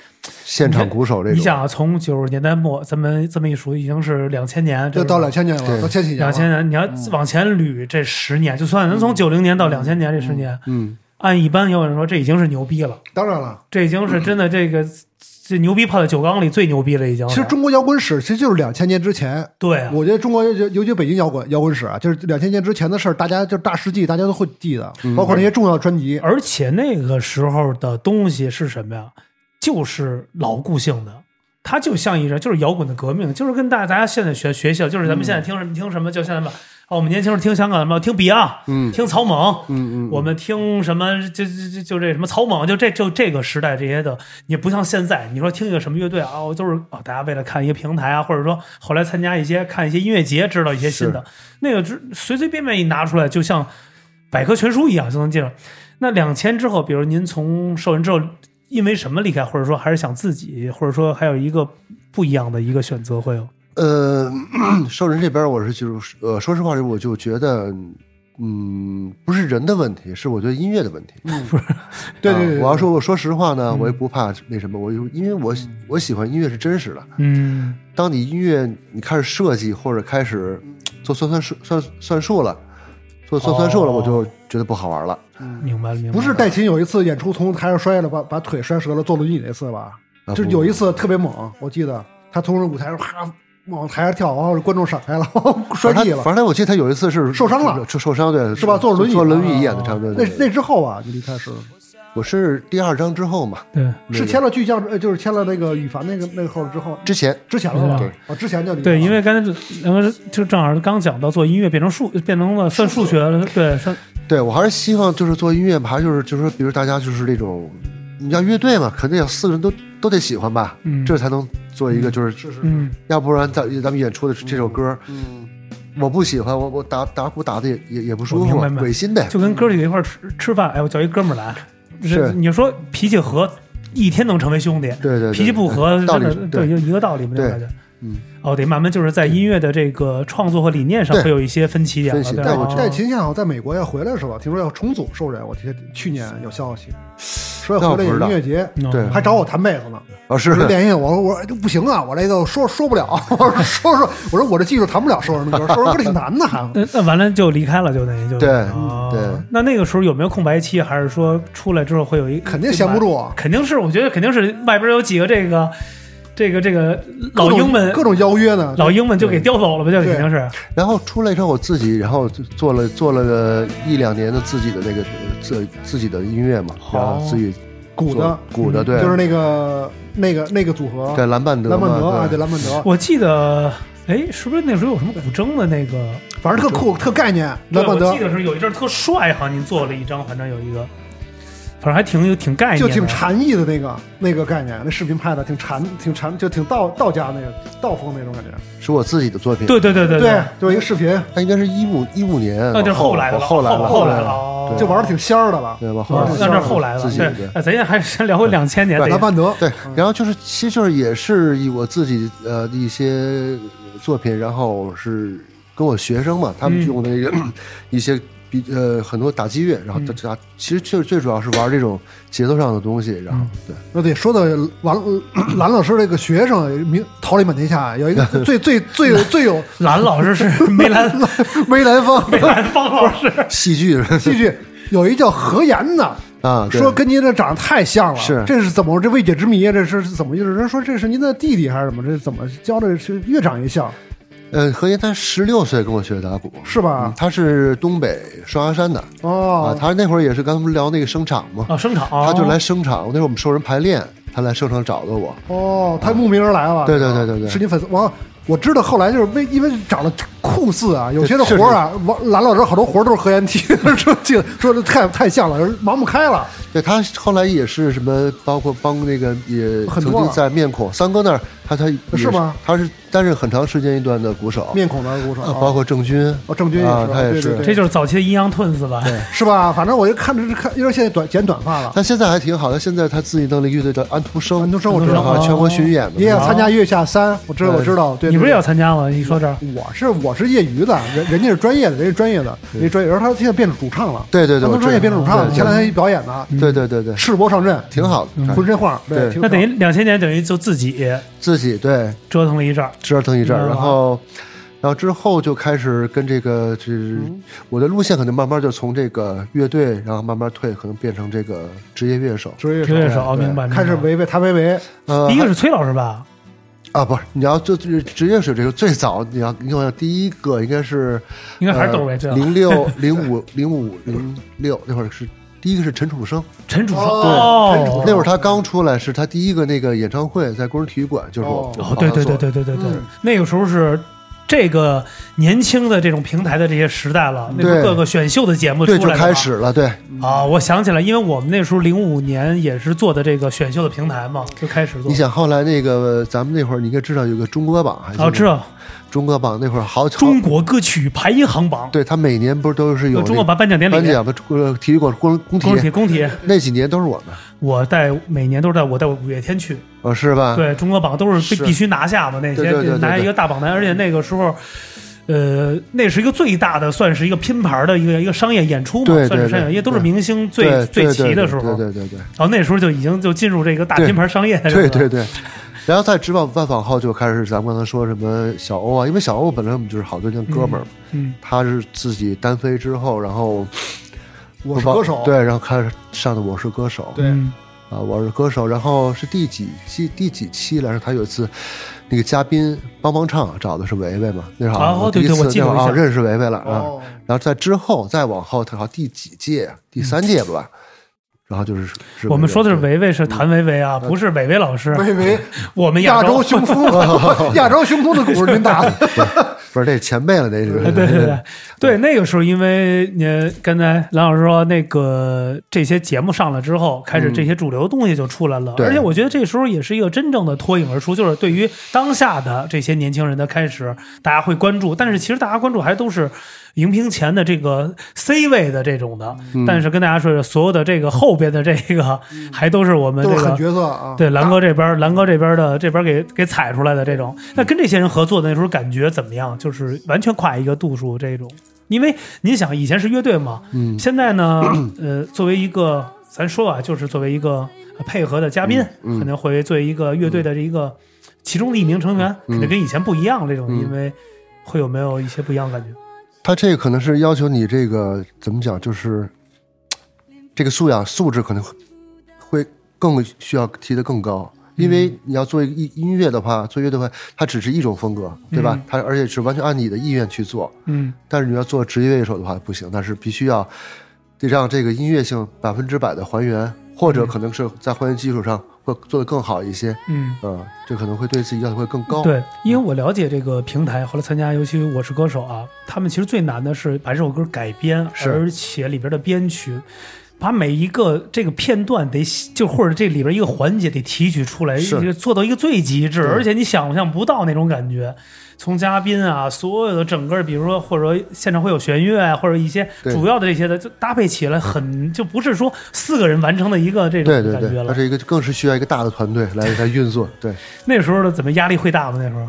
Speaker 3: 现场鼓手这
Speaker 1: 你
Speaker 3: 种，
Speaker 1: 想啊，从九十年代末，咱们这么一数，已经是两千年，
Speaker 2: 这
Speaker 1: 这
Speaker 2: 到两千年了，
Speaker 3: 对
Speaker 2: 到千禧年
Speaker 1: 两
Speaker 2: 了，
Speaker 1: 千年，你要往前捋这十年，就算咱从九零年到两千年这十年，
Speaker 3: 嗯，
Speaker 1: 按一般有人说，这已经是牛逼了，
Speaker 2: 当然了，
Speaker 1: 这已经是真的这个这牛逼泡在酒缸里最牛逼了，已经
Speaker 2: 其
Speaker 1: 是。
Speaker 2: 实中国摇滚史其实就是两千年之前，
Speaker 1: 对啊，
Speaker 2: 我觉得中国尤尤其北京摇滚摇滚史啊，就是两千年之前的事儿，大家就是大事记，大家都会记得，
Speaker 3: 嗯
Speaker 2: 包括那些重要专辑。
Speaker 1: 而且那个时候的东西是什么呀？就是牢固性的。它就像一人，就是摇滚的革命，就是跟大大家现在学学习的，就是咱们现在听什么、听什么，就现在吧。哦，我们年轻时候听香港什么，听 Beyond，
Speaker 3: 嗯
Speaker 1: 听草蜢，
Speaker 3: 嗯嗯，
Speaker 1: 我们听什么就就就就这什么草蜢，就这就这个时代这些的，也不像现在。你说听一个什么乐队啊，我都是啊，大家为了看一些平台啊，或者说后来参加一些看一些音乐节，知道一些新的。那个只随随便便一拿出来，就像百科全书一样就能介绍。那两千之后，比如您从受人之后，因为什么离开，或者说还是想自己，或者说还有一个不一样的一个选择会有？
Speaker 3: 呃， [CLEARS THROAT] 兽人这边我是就是呃，说实话，我就觉得。嗯，不是人的问题，是我觉得音乐的问题。
Speaker 1: 嗯
Speaker 2: 对
Speaker 3: 啊
Speaker 2: 对对，对
Speaker 3: 我要说我说实话呢，我也不怕那什么，我就因为我我喜欢音乐是真实的。
Speaker 1: 嗯，
Speaker 3: 当你音乐你开始设计或者开始做算算数算算术了，做做算术了，
Speaker 1: 哦
Speaker 3: 我就觉得不好玩了。
Speaker 1: 明白了，明白了。
Speaker 2: 不是戴琴有一次演出从台上摔了，把把腿摔折了，坐轮椅那次吧，
Speaker 3: 啊
Speaker 2: 就是有一次特别猛，我记得他从舞台上啪往台上跳，然后观众闪开了， [LAUGHS] 摔地了。
Speaker 3: 反正我记得他有一次是
Speaker 2: 受伤了
Speaker 3: 受受伤对，
Speaker 2: 是吧坐轮椅
Speaker 3: 坐轮椅演的差不多。
Speaker 2: 那
Speaker 3: 对
Speaker 2: 那之后啊，你离开是
Speaker 3: 我是第二章之后嘛，
Speaker 1: 对。
Speaker 2: 是签了巨匠，呃，就是签了那个羽凡那个那个后之后
Speaker 3: 之前
Speaker 2: 之前了吧？哦
Speaker 3: 对，
Speaker 2: 我之前就离开
Speaker 1: 对，
Speaker 2: 了
Speaker 1: 因为刚才咱们就正好刚讲到做音乐变成数，变成了算数学了，对，算
Speaker 3: 对我还是希望就是做音乐嘛，还就是就是说，比如大家就是那种，你要乐队嘛，肯定要四个人都都得喜欢吧，
Speaker 1: 嗯
Speaker 3: 这才能做一个就是，
Speaker 1: 嗯
Speaker 3: 要不然咱咱们演出的这首歌，
Speaker 2: 嗯，
Speaker 3: 我不喜欢，我我打打鼓打的也也也不舒
Speaker 1: 我明
Speaker 3: 服
Speaker 1: 白明，白
Speaker 3: 违心的。
Speaker 1: 就跟哥几个一块儿吃吃饭，哎，我叫一哥们儿来，
Speaker 3: 是
Speaker 1: 你说脾气和一天能成为兄弟，
Speaker 3: 对对对，
Speaker 1: 脾气不合，
Speaker 3: 道
Speaker 1: 真
Speaker 3: 理
Speaker 1: 的
Speaker 3: 是
Speaker 1: 对，就一个道理嘛，这
Speaker 3: 对
Speaker 1: 个就
Speaker 3: 嗯，
Speaker 1: 哦，得慢慢就是在音乐的这个创作和理念上
Speaker 3: 对
Speaker 1: 会有一些分歧点了，
Speaker 3: 分歧
Speaker 1: 对
Speaker 3: 但我
Speaker 1: 吧哦
Speaker 3: 觉？
Speaker 2: 但秦夏好像在美国要回来是吧？听说要重组兽人，我听去年有消息，说要回来有音乐节，
Speaker 1: 嗯
Speaker 3: 对
Speaker 2: 还找我弹贝斯呢。
Speaker 3: 啊是
Speaker 2: 我就联系我，我说这不行啊，我这个说说不了，我说说说，我说我这技术弹不了兽人的歌，兽人歌挺难的，还
Speaker 1: 那那完了就离开了，就等于就
Speaker 3: 对
Speaker 1: 哦
Speaker 3: 对
Speaker 1: 那那个时候有没有空白期，还是说出来之后会有一
Speaker 2: 肯定闲不，住啊。
Speaker 1: 肯定是我觉得肯定是外边有几个这个这个这个 [LAUGHS] 老
Speaker 2: 各种
Speaker 1: 英们
Speaker 2: 各种邀约呢，
Speaker 1: 老英们就给叼走了吧，就
Speaker 2: 对
Speaker 1: 肯定是
Speaker 3: 然后出来之后，我自己然后就做了做了个一两年的自己的那个呃自自己的音乐嘛，然后自己
Speaker 1: 哦
Speaker 2: 鼓
Speaker 3: 做
Speaker 2: 的
Speaker 3: 鼓
Speaker 1: 嗯
Speaker 3: 的对，
Speaker 2: 就是那个那个那个组合，
Speaker 3: 对蓝半德
Speaker 2: 兰
Speaker 3: 嘛
Speaker 2: 曼德啊，对
Speaker 3: 对
Speaker 2: 兰曼德，
Speaker 1: 我记得。哎，是不是那时候有什么古筝的那个？
Speaker 2: 反正特酷特概念，
Speaker 1: 对
Speaker 2: 兰曼
Speaker 1: 我
Speaker 2: 德
Speaker 1: 记得是有一阵儿特帅，好像您做了一张，反正有一个，反正还挺有挺概念
Speaker 2: 就
Speaker 1: 的，
Speaker 2: 挺禅意的那个那个概念，那视频拍的挺禅挺禅，就挺道道家那个道风那种感觉。
Speaker 3: 是我自己的作品，
Speaker 1: 对对对对
Speaker 2: 对，就是一个视频，
Speaker 3: 它应该是一五一五年，
Speaker 1: 那就是
Speaker 3: 往
Speaker 1: 后
Speaker 3: 后
Speaker 1: 来的了，
Speaker 3: 往来了，
Speaker 1: 后
Speaker 3: 后
Speaker 1: 来了，
Speaker 3: 了，
Speaker 1: 哦
Speaker 3: 对
Speaker 2: 就玩的挺仙儿的了。
Speaker 3: 对吧？
Speaker 2: 玩得
Speaker 3: 后来
Speaker 1: 那
Speaker 2: 挺像
Speaker 1: 是
Speaker 2: 的
Speaker 1: 后来了，
Speaker 3: 自己
Speaker 1: 对
Speaker 3: 的，对
Speaker 1: 哎咱先还是先聊回两千年，得
Speaker 2: 兰曼德，
Speaker 3: 对，然后就是其实就是也是以我自己呃的一些作品，然后是跟我学生嘛，他们
Speaker 1: 嗯
Speaker 3: 用的那个、一些比呃很多打击乐，然后
Speaker 1: 嗯
Speaker 3: 他、其实就是最主要是玩这种节奏上的东西，然后、
Speaker 2: 嗯
Speaker 3: 对
Speaker 2: 那对，说到蓝蓝老师这个学生名桃李满天下，啊有一个最最最最有
Speaker 1: 蓝老师是梅兰
Speaker 2: 梅兰芳
Speaker 3: [LAUGHS]
Speaker 1: 梅兰芳老师，
Speaker 3: 戏剧 [LAUGHS]
Speaker 2: 戏剧，有一叫何岩的，
Speaker 3: 啊，对
Speaker 2: 说跟您这长得太像了，
Speaker 3: 是
Speaker 2: 这是怎么这未解之谜啊？这是怎么就是人说这是您的弟弟还是怎么？这怎么教的是越长越像
Speaker 3: 呃何岩他十六岁跟我学打鼓。
Speaker 2: 是
Speaker 3: 嗯
Speaker 2: 吧？
Speaker 3: 他是东北双阳山的啊，
Speaker 2: 哦，
Speaker 3: 他那会儿也是刚才不是聊那个声场嘛，
Speaker 1: 啊，声场，
Speaker 3: 他就来声场，那会儿我们收人排练，他来声场找的我，
Speaker 2: 哦，他慕名而来了。
Speaker 3: 对对对对对
Speaker 2: 是你粉丝。我我知道后来就是为因为长得酷似啊，有些的活儿啊，王蓝老师好多活儿都是何岩替 [LAUGHS] 说进说的太太像了，忙不开了。
Speaker 3: 对他后来也是什么，包括帮那个也
Speaker 2: 很
Speaker 3: 曾
Speaker 2: 多啊
Speaker 3: 经在面孔三哥那儿，他他也
Speaker 2: 是吗？
Speaker 3: 他是担任很长时间一段的鼓手，
Speaker 2: 面孔的鼓手，
Speaker 3: 啊包括郑钧
Speaker 2: 哦郑钧也是
Speaker 3: 啊他也
Speaker 2: 对对对
Speaker 1: 这就是早期的阴阳 twins 吧？
Speaker 2: 是吧？反正我就看着看，因为现在短剪短发了，
Speaker 3: 他现在还挺好，他现在他自己弄了一个乐队叫安徒生，
Speaker 2: 安徒生我知道
Speaker 3: 然后
Speaker 2: 哦
Speaker 3: 全国巡演嘛，
Speaker 2: 你也参加月下三，我知道
Speaker 3: 对
Speaker 2: 我知道，对，
Speaker 1: 你不是也
Speaker 2: 对
Speaker 1: 要参加吗？一说这儿，
Speaker 2: 我是我是业余的，人人家是专业的，人家是专业的，人家专业。然后他现在变成主唱了，
Speaker 3: 对对对
Speaker 2: 他
Speaker 3: 我
Speaker 2: 们
Speaker 3: 知道
Speaker 2: 专业变成主唱了，
Speaker 3: 对
Speaker 2: 前两天一表演呢，
Speaker 3: 对对对对，
Speaker 2: 赤膊上阵，嗯
Speaker 3: 挺好的，
Speaker 2: 浑身晃，
Speaker 3: 对
Speaker 2: 挺
Speaker 1: 那等于两千年等于就自己
Speaker 3: 自己对
Speaker 1: 折腾了一阵儿，
Speaker 3: 折腾一阵
Speaker 1: 嗯
Speaker 3: 儿，
Speaker 2: 啊
Speaker 3: 然后。然后之后就开始跟这个，就是
Speaker 2: 嗯
Speaker 3: 我的路线可能慢慢就从这个乐队，然后慢慢退，可能变成这个职业乐手。
Speaker 2: 职业
Speaker 1: 职业手，哦
Speaker 3: 对
Speaker 1: 明白？明白
Speaker 2: 开始围围谭维维，
Speaker 3: 呃，
Speaker 1: 第一个是崔老师吧？
Speaker 3: 啊，不是，你要就就是职业水这个最早，你要你好像第一个应该是
Speaker 1: 应该还
Speaker 3: 呃
Speaker 1: 是窦唯最早
Speaker 3: 零
Speaker 1: [LAUGHS]
Speaker 3: 六零五零五零六那会儿是第一个是陈楚生，
Speaker 1: 陈楚生，
Speaker 2: 对陈楚
Speaker 1: 哦
Speaker 2: 生
Speaker 3: 那会儿他刚出来是他第一个那个演唱会在工人体育馆，就是我
Speaker 2: 哦
Speaker 3: 我
Speaker 1: 哦，
Speaker 3: 帮
Speaker 1: 对
Speaker 3: 他
Speaker 1: 对
Speaker 3: 做
Speaker 1: 对对对对对
Speaker 2: 嗯，
Speaker 1: 那个时候是这个年轻的这种平台的这些时代了，那时候
Speaker 3: 对
Speaker 1: 各个选秀的节目出
Speaker 3: 对
Speaker 1: 来
Speaker 3: 就
Speaker 1: 了
Speaker 3: 开始了，对
Speaker 1: 啊，我想起来，因为我们那时候零五年也是做的这个选秀的平台嘛，就开始做
Speaker 3: 你。想后来那个咱们那会儿你应该知道有个中歌榜，还记得
Speaker 1: 哦，知道
Speaker 3: 中歌榜那会儿好好
Speaker 1: 中国歌曲排行榜，
Speaker 3: 对他每年不是都是有
Speaker 1: 中
Speaker 3: 那
Speaker 1: 国
Speaker 3: 个
Speaker 1: 版颁奖典礼
Speaker 3: 颁，奖吗？呃，体育馆工工
Speaker 1: 工体
Speaker 3: 体
Speaker 1: 工体，
Speaker 3: 那几年都是我们，
Speaker 1: 我带每年都是带我带五月天去，
Speaker 3: 哦是吧？
Speaker 1: 对，中国榜都是必
Speaker 3: 是
Speaker 1: 必须拿下嘛，那
Speaker 3: 对
Speaker 1: 些
Speaker 3: 对对对
Speaker 1: 拿下一个大榜单，而且那个时候。呃，那是一个最大的，算是一个拼盘的一个一个商业演出嘛，
Speaker 3: 对对
Speaker 1: 算是
Speaker 3: 对
Speaker 1: 商业，因为都是
Speaker 3: 对
Speaker 1: 明星最
Speaker 3: 对
Speaker 1: 最
Speaker 3: 对
Speaker 1: 齐
Speaker 3: 对
Speaker 1: 的
Speaker 3: 对
Speaker 1: 时候，
Speaker 3: 对
Speaker 1: 然
Speaker 3: 对对对。
Speaker 1: 后那时候就已经就进入这个大
Speaker 3: 对
Speaker 1: 拼盘商业的日
Speaker 3: 对
Speaker 1: 子了
Speaker 3: 对对。然后在《直往万访后就开始，咱们刚才说什么小欧啊，因为小欧本来我们就是好多年哥们儿嘛，
Speaker 1: 嗯，
Speaker 3: 他是自己单飞之后，然后
Speaker 2: 我是歌手，
Speaker 3: 对，然后开始上的《我是歌手》
Speaker 2: 对
Speaker 1: 嗯
Speaker 3: 啊，《我是歌手》，然后是第几期第几期来着？他有一次那个嘉宾帮帮唱啊找的是维维嘛，那是好像
Speaker 1: 哦
Speaker 3: 我第
Speaker 1: 对
Speaker 3: 一
Speaker 1: 对我
Speaker 3: 次
Speaker 1: 记得
Speaker 3: 那会儿
Speaker 1: 我
Speaker 3: 啊
Speaker 1: 记得
Speaker 3: 认识维维了啊。
Speaker 2: 哦，
Speaker 3: 然后在之后再往后，他好像第几届，第三届吧，然后就是是嗯
Speaker 1: 我们说的是
Speaker 3: 维维
Speaker 1: 维维是谭维维啊，不是伟伟老师，
Speaker 2: 维维
Speaker 1: 我们
Speaker 2: 亚
Speaker 1: 洲
Speaker 3: [LAUGHS]
Speaker 2: 洲
Speaker 3: 哦
Speaker 2: 雄风，亚洲雄风的鼓是您打的，
Speaker 3: 不是这前辈了，那是
Speaker 1: [LAUGHS] 对对对对，那个时候因为您刚才蓝老师说那个这些节目上了之后，开始这些主流东西就出来了，
Speaker 3: 对
Speaker 1: 而且我觉得这时候也是一个真正的脱颖而出，就是对于当下的这些年轻人的开始，大家会关注，但是其实大家关注还都是。荧屏前的这个 C 位的这种的，但是跟大家说，所有的这个后边的这个，还都是我们这
Speaker 2: 都
Speaker 1: 个
Speaker 2: 是狠角色啊。
Speaker 1: 对，蓝哥这边，蓝哥这边的这边给给踩出来的这种，那跟这些人合作的那时候感觉怎么样？就是完全跨一个度数这种，因为您想以前是乐队嘛，
Speaker 3: 嗯
Speaker 1: 现在呢，呃，作为一个咱说啊，就是作为一个配合的嘉宾，
Speaker 3: 嗯嗯
Speaker 1: 可能会作为一个乐队的一个其中的一名成员，
Speaker 3: 嗯
Speaker 1: 肯定跟以前不一样这种，因为会有没有一些不一样的感觉？
Speaker 3: 他这个可能是要求你这个怎么讲，就是这个素养素质可能会会更需要提得更高，因为
Speaker 1: 嗯
Speaker 3: 你要做一音乐的话，做乐队的话，它只是一种风格，对吧？它而且是完全按你的意愿去做，
Speaker 1: 嗯
Speaker 3: 但是你要做职业乐手的话不行，但是必须要得让这个音乐性百分之百的还原，或者可能是在还原基础上会做得更好一些，
Speaker 1: 嗯。
Speaker 3: 嗯，这可能会对自己要求会更高。
Speaker 1: 对，因为我了解这个平台，后来参加，尤其《我是歌手》啊，他们其实最难的是把这首歌改编，
Speaker 3: 是
Speaker 1: 而且里边的编曲，把每一个这个片段得写就或者这里边一个环节得提取出来，
Speaker 3: 是
Speaker 1: 一个做到一个最极致，
Speaker 3: 对
Speaker 1: 而且你想象不到那种感觉。从嘉宾啊，所有的整个，比如说或者说现场会有弦乐啊，或者一些
Speaker 3: 对
Speaker 1: 主要的这些的，就搭配起来很就不是说四个人完成的一个这种
Speaker 3: 对对
Speaker 1: 感觉
Speaker 3: 对，它
Speaker 1: 了。
Speaker 3: 是一个更是需要一个大的团队来来运作，对。
Speaker 1: 那时候的怎么压力会大吗？那时候？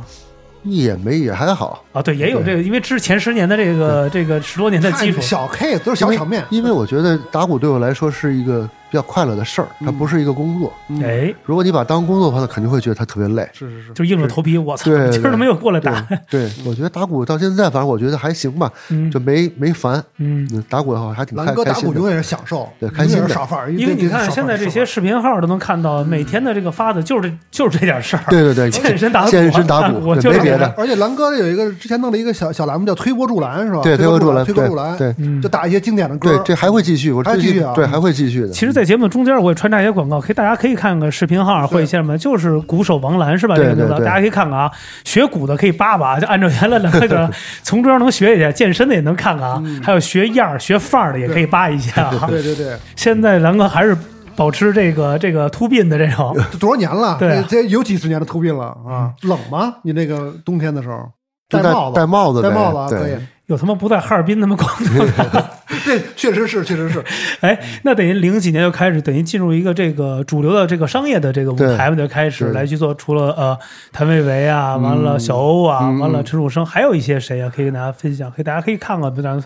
Speaker 3: 也没也还好，
Speaker 1: 啊，对，也有这个，因为之前十年的这个这个十多年的基础
Speaker 2: 看，小 K 都是小场面，
Speaker 3: 因为我觉得打鼓对我来说是一个比较快乐的事儿，它不是一个工作。
Speaker 1: 哎，
Speaker 3: 如果你把它当工作的话，那肯定会觉得它特别累。
Speaker 2: 是是是，
Speaker 1: 就硬着头皮，我操，[LAUGHS]
Speaker 3: 对
Speaker 1: 今儿都没有过来
Speaker 3: 对
Speaker 1: 打，
Speaker 3: 对，我觉得打鼓到现在，反正我觉得还行吧，
Speaker 1: 嗯
Speaker 3: 就没没烦。
Speaker 1: [LAUGHS] 嗯。
Speaker 3: 嗯打鼓的话还挺开
Speaker 2: 蓝哥
Speaker 3: 开
Speaker 2: 打
Speaker 3: 心
Speaker 2: 鼓永
Speaker 3: 的。
Speaker 2: 远是享受，
Speaker 3: 对开心
Speaker 2: 永
Speaker 3: 的
Speaker 2: 远是少范儿，
Speaker 1: 因为
Speaker 2: 对
Speaker 1: 你看现在这，些
Speaker 2: 对
Speaker 1: 视频号都能看到，每天的这个发的就是这就是这点事儿，
Speaker 3: 嗯对对对，
Speaker 1: 健身打鼓
Speaker 3: 健身打
Speaker 1: 我
Speaker 3: 鼓，
Speaker 1: 就
Speaker 3: 对，
Speaker 1: 是
Speaker 3: 没别
Speaker 2: 少
Speaker 3: 的
Speaker 2: 范儿。而且蓝哥有一个之前弄了一个小小栏目叫“推波助澜”是吧？
Speaker 3: 对，推
Speaker 2: 波
Speaker 3: 波助
Speaker 2: 澜，
Speaker 3: 澜，
Speaker 2: 推
Speaker 3: 对
Speaker 2: 波助澜，
Speaker 3: 对
Speaker 1: 嗯
Speaker 2: 就，打一些经典的歌
Speaker 3: 对
Speaker 2: 儿，，
Speaker 3: 这还会继续，我
Speaker 2: 还
Speaker 3: 最
Speaker 2: 继续
Speaker 3: 近
Speaker 2: 啊
Speaker 3: 对还会继续的。
Speaker 1: 其实，在节目中间我也穿插一些广告，可以大家可以看看视频号或者一些什么，就是鼓手王兰是吧？这
Speaker 3: 对
Speaker 1: 个名字
Speaker 3: 对对
Speaker 1: 大家可以看看啊。学鼓的可以扒扒，就按照原来的那
Speaker 3: [LAUGHS]
Speaker 1: 个从中央能学一下，健身的也能看看啊。
Speaker 3: 嗯
Speaker 1: 还有学样儿、学范儿的也可以扒一下啊。
Speaker 2: 对对对，
Speaker 1: [LAUGHS] 现在咱们还是保持这个这个突变的这
Speaker 3: [LAUGHS]
Speaker 1: 种，
Speaker 2: 这多少年了？
Speaker 1: 对啊
Speaker 2: 这这有几十年的突病了啊！冷吗？你那个冬天的时候
Speaker 3: 嗯就戴
Speaker 2: 帽子，
Speaker 3: 戴
Speaker 2: 戴
Speaker 3: 帽子呗，
Speaker 2: 帽子啊可
Speaker 3: 对
Speaker 2: 以，，
Speaker 1: 有他妈不在哈尔滨他妈逛的，
Speaker 2: 这确实是，确实是，
Speaker 1: [LAUGHS] 哎，那等于零几年就开始，等于进入一个这个主流的这个商业的这个舞台嘛，就开始
Speaker 3: 对
Speaker 1: 来去做，除了呃谭维维啊，完了小欧啊，
Speaker 3: 嗯嗯
Speaker 1: 完了陈楚生，还有一些谁啊，可以跟大家分享，可以大家可以看看，不然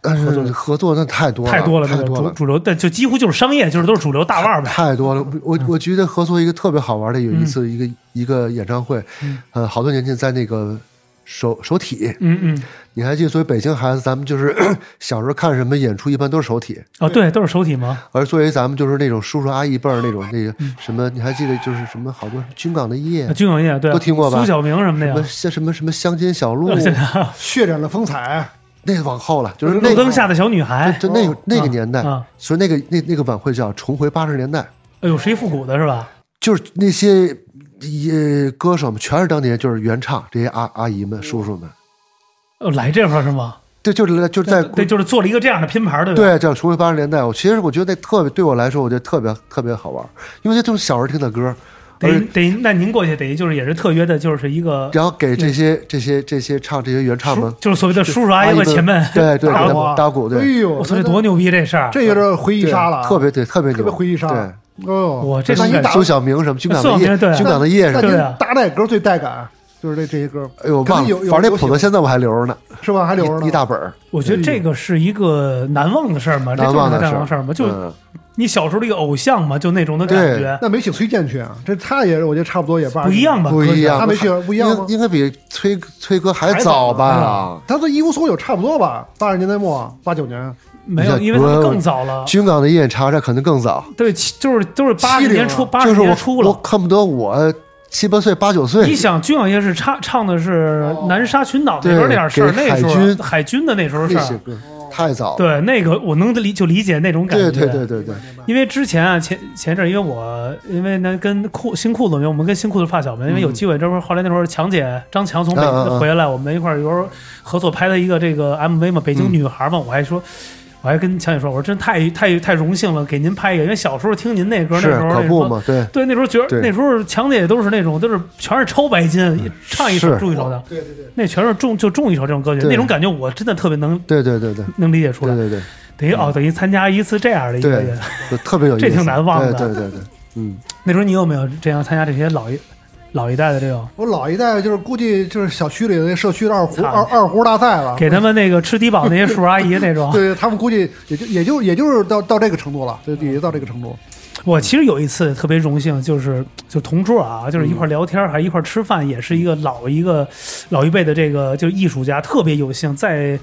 Speaker 3: 但是合作那太多了，
Speaker 1: 太
Speaker 3: 太
Speaker 1: 多了，那个
Speaker 3: 多
Speaker 1: 主
Speaker 3: 了。
Speaker 1: 主流，但就几乎就是商业，就是都是主流大腕儿呗。
Speaker 3: 太多了，
Speaker 1: 嗯
Speaker 3: 我我觉得合作一个特别好玩的，有一次一个、一个演唱会，
Speaker 1: 嗯
Speaker 3: 呃，好多年前在那个首首体，
Speaker 1: 嗯嗯，
Speaker 3: 你还记得？作为北京孩子，咱们就是 [COUGHS] 小时候看什么演出，一般都是首体，
Speaker 1: 哦，对，都是手体嘛，
Speaker 3: 而作为咱们就是那种叔叔阿姨辈儿那种那个
Speaker 1: 嗯
Speaker 3: 什么，你还记得就是什么好多军港的夜，
Speaker 1: 啊军港夜对，
Speaker 3: 都听过吧
Speaker 1: 苏小明什么的
Speaker 3: 什么
Speaker 1: 呀，啊
Speaker 3: 像什么什么乡间小路，
Speaker 1: [LAUGHS]
Speaker 2: 血染了风采，
Speaker 3: 那往后了，就是那
Speaker 1: 路灯
Speaker 3: 个
Speaker 1: 下的小女孩，
Speaker 3: 就那个、那个
Speaker 1: 啊
Speaker 3: 年代，
Speaker 1: 啊
Speaker 3: 所以那个那那个晚会叫重回八十年代，
Speaker 1: 哎呦，是一复古的是吧？
Speaker 3: 就是那些也歌手们，全是当年就是原唱这些阿阿姨们、叔叔们，
Speaker 1: 哦，来这块儿是吗？
Speaker 3: 对，就是来就是在
Speaker 1: 对，就是做了一个这样的拼盘，对吧？
Speaker 3: 对叫重回八十年代。我其实我觉得那特别对我来说，我觉得特别特别好玩，因为那都是小时候听的歌，而
Speaker 1: 得得，那您过去得就是也是特约的，就是一个
Speaker 3: 然后给这些这些这些唱这些原唱们
Speaker 1: 叔，就是所谓的叔叔阿姨和
Speaker 3: 们
Speaker 1: 前辈。
Speaker 3: 对对，给
Speaker 1: 打
Speaker 3: 他
Speaker 1: 鼓
Speaker 3: 们打鼓，
Speaker 2: 哎
Speaker 3: 对，
Speaker 2: 呦，
Speaker 1: 我操，这多牛逼这事儿！啊
Speaker 2: 这有点回忆
Speaker 3: 对
Speaker 2: 杀了啊，
Speaker 3: 特别对，特别
Speaker 2: 特
Speaker 3: 牛
Speaker 2: 别回忆杀，
Speaker 3: 对。
Speaker 2: 哦，
Speaker 1: 哇这
Speaker 3: 这
Speaker 1: 种
Speaker 2: 那
Speaker 1: 感
Speaker 2: 你打
Speaker 3: 苏小明什么军港
Speaker 1: 苏小
Speaker 3: 的夜
Speaker 1: 明对，
Speaker 3: 军港的夜什
Speaker 2: 那
Speaker 3: 么的，
Speaker 1: 对
Speaker 2: 您
Speaker 1: 啊
Speaker 2: 打哪歌最带感？就是这这些歌
Speaker 3: 哎呦，我
Speaker 2: 可能
Speaker 3: 忘了
Speaker 2: 有，有
Speaker 3: 反正
Speaker 2: 有
Speaker 3: 那谱子现在我还留着呢，
Speaker 2: 是吧？还留着呢，
Speaker 3: 一一大本儿，
Speaker 1: 我觉得这个是一个难忘的事儿嘛，这就
Speaker 3: 难
Speaker 1: 是
Speaker 3: 忘的
Speaker 1: 难忘的事
Speaker 3: 事
Speaker 1: 儿嘛，就
Speaker 3: 嗯
Speaker 1: 你小时候的一个偶像嘛，就那种的感
Speaker 3: 对
Speaker 1: 觉
Speaker 2: 那没请崔健去啊？这他也我觉得差不多也罢，
Speaker 1: 不一样吧？
Speaker 3: 不一样
Speaker 2: 他没去不一样吗
Speaker 3: 应应该比崔崔哥还
Speaker 2: 还早
Speaker 3: 早
Speaker 2: 呢
Speaker 3: 吧？
Speaker 2: 他这一无所有差不多吧，八十年代末啊八九年，
Speaker 1: 没有，因为他们更早了。
Speaker 3: 军港的夜查查可能更早，
Speaker 1: 对，其就是都是八十
Speaker 2: 70
Speaker 1: 年
Speaker 2: 了
Speaker 1: 初，八
Speaker 3: 啊就
Speaker 1: 十
Speaker 3: 是
Speaker 1: 年
Speaker 3: 我
Speaker 1: 初
Speaker 3: 我
Speaker 1: 了。
Speaker 3: 恨不得我七八岁八九
Speaker 1: 你
Speaker 3: 岁，
Speaker 1: 想，军港夜市唱唱的是南沙群岛那边
Speaker 3: 哦对
Speaker 1: 那点事儿，
Speaker 3: 给
Speaker 1: 那时
Speaker 3: 海军
Speaker 1: 候海军的那时候事
Speaker 3: 那些
Speaker 1: 儿，
Speaker 3: 歌太早了。
Speaker 1: 对，那个我能理就理解那种感觉。
Speaker 3: 对对对对对，
Speaker 1: 因为之前啊，前前阵儿因为我因为那跟裤新裤子们，我们跟新裤子发小们，因为有机会，这不是后来那会儿强姐张强从北
Speaker 3: 嗯嗯嗯
Speaker 1: 京回来，我们一块儿有时候合作拍了一个这个 MV 嘛，《北
Speaker 3: 嗯
Speaker 1: 京女孩》嘛，我还说。我还跟强姐说，我说真太太太荣幸了，给您拍一个，因为小时候听您那歌，那
Speaker 3: 是
Speaker 1: 时候
Speaker 3: 可
Speaker 1: 那什
Speaker 3: 不
Speaker 1: 么
Speaker 3: 嘛？对，
Speaker 1: 对，那时候觉得
Speaker 3: 对嗯
Speaker 1: 那时候强姐都是那种，就是全是超白金，一唱一首
Speaker 3: 是
Speaker 1: 中一首的，
Speaker 2: 哦对对对，
Speaker 1: 那全是中就中一首这种歌曲，
Speaker 3: 对
Speaker 1: 那种感觉我真的特别能
Speaker 3: 对对对对
Speaker 1: 能理解出
Speaker 3: 对
Speaker 1: 来。
Speaker 3: 对对
Speaker 1: 等于哦，等于参加一次这样的一个
Speaker 3: 对
Speaker 1: 人。，
Speaker 3: 就特别有意思，
Speaker 1: 这挺难忘的
Speaker 3: 对对对对，嗯，
Speaker 1: 那时候你有没有这样参加这些老一老一代的这种，
Speaker 2: 我老一代就是估计就是小区里的那社区的二胡
Speaker 1: 操
Speaker 2: 二二胡大赛了，
Speaker 1: 给他们那个吃低保那些叔叔阿姨那种？
Speaker 2: 啊对他们估计也就也就也就是到到这个程度了，对，也就到这个程度。
Speaker 1: [LAUGHS] 我其实有一次特别荣幸，就是就同桌啊，就是一块儿聊天儿，还一块儿吃饭，也是一个老一个老一辈的这个就是艺术家，特别有幸在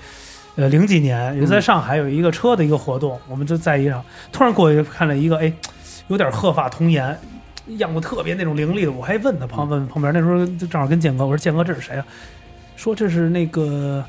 Speaker 1: 呃零几年，也在上海有一个车的一个活动，我们就在一上，突然过去看了一个，哎，有点鹤发童颜。样子特别那种凌厉的，我还问他旁问旁边那时候就正好跟建哥，我说建哥这是谁啊？说这是那个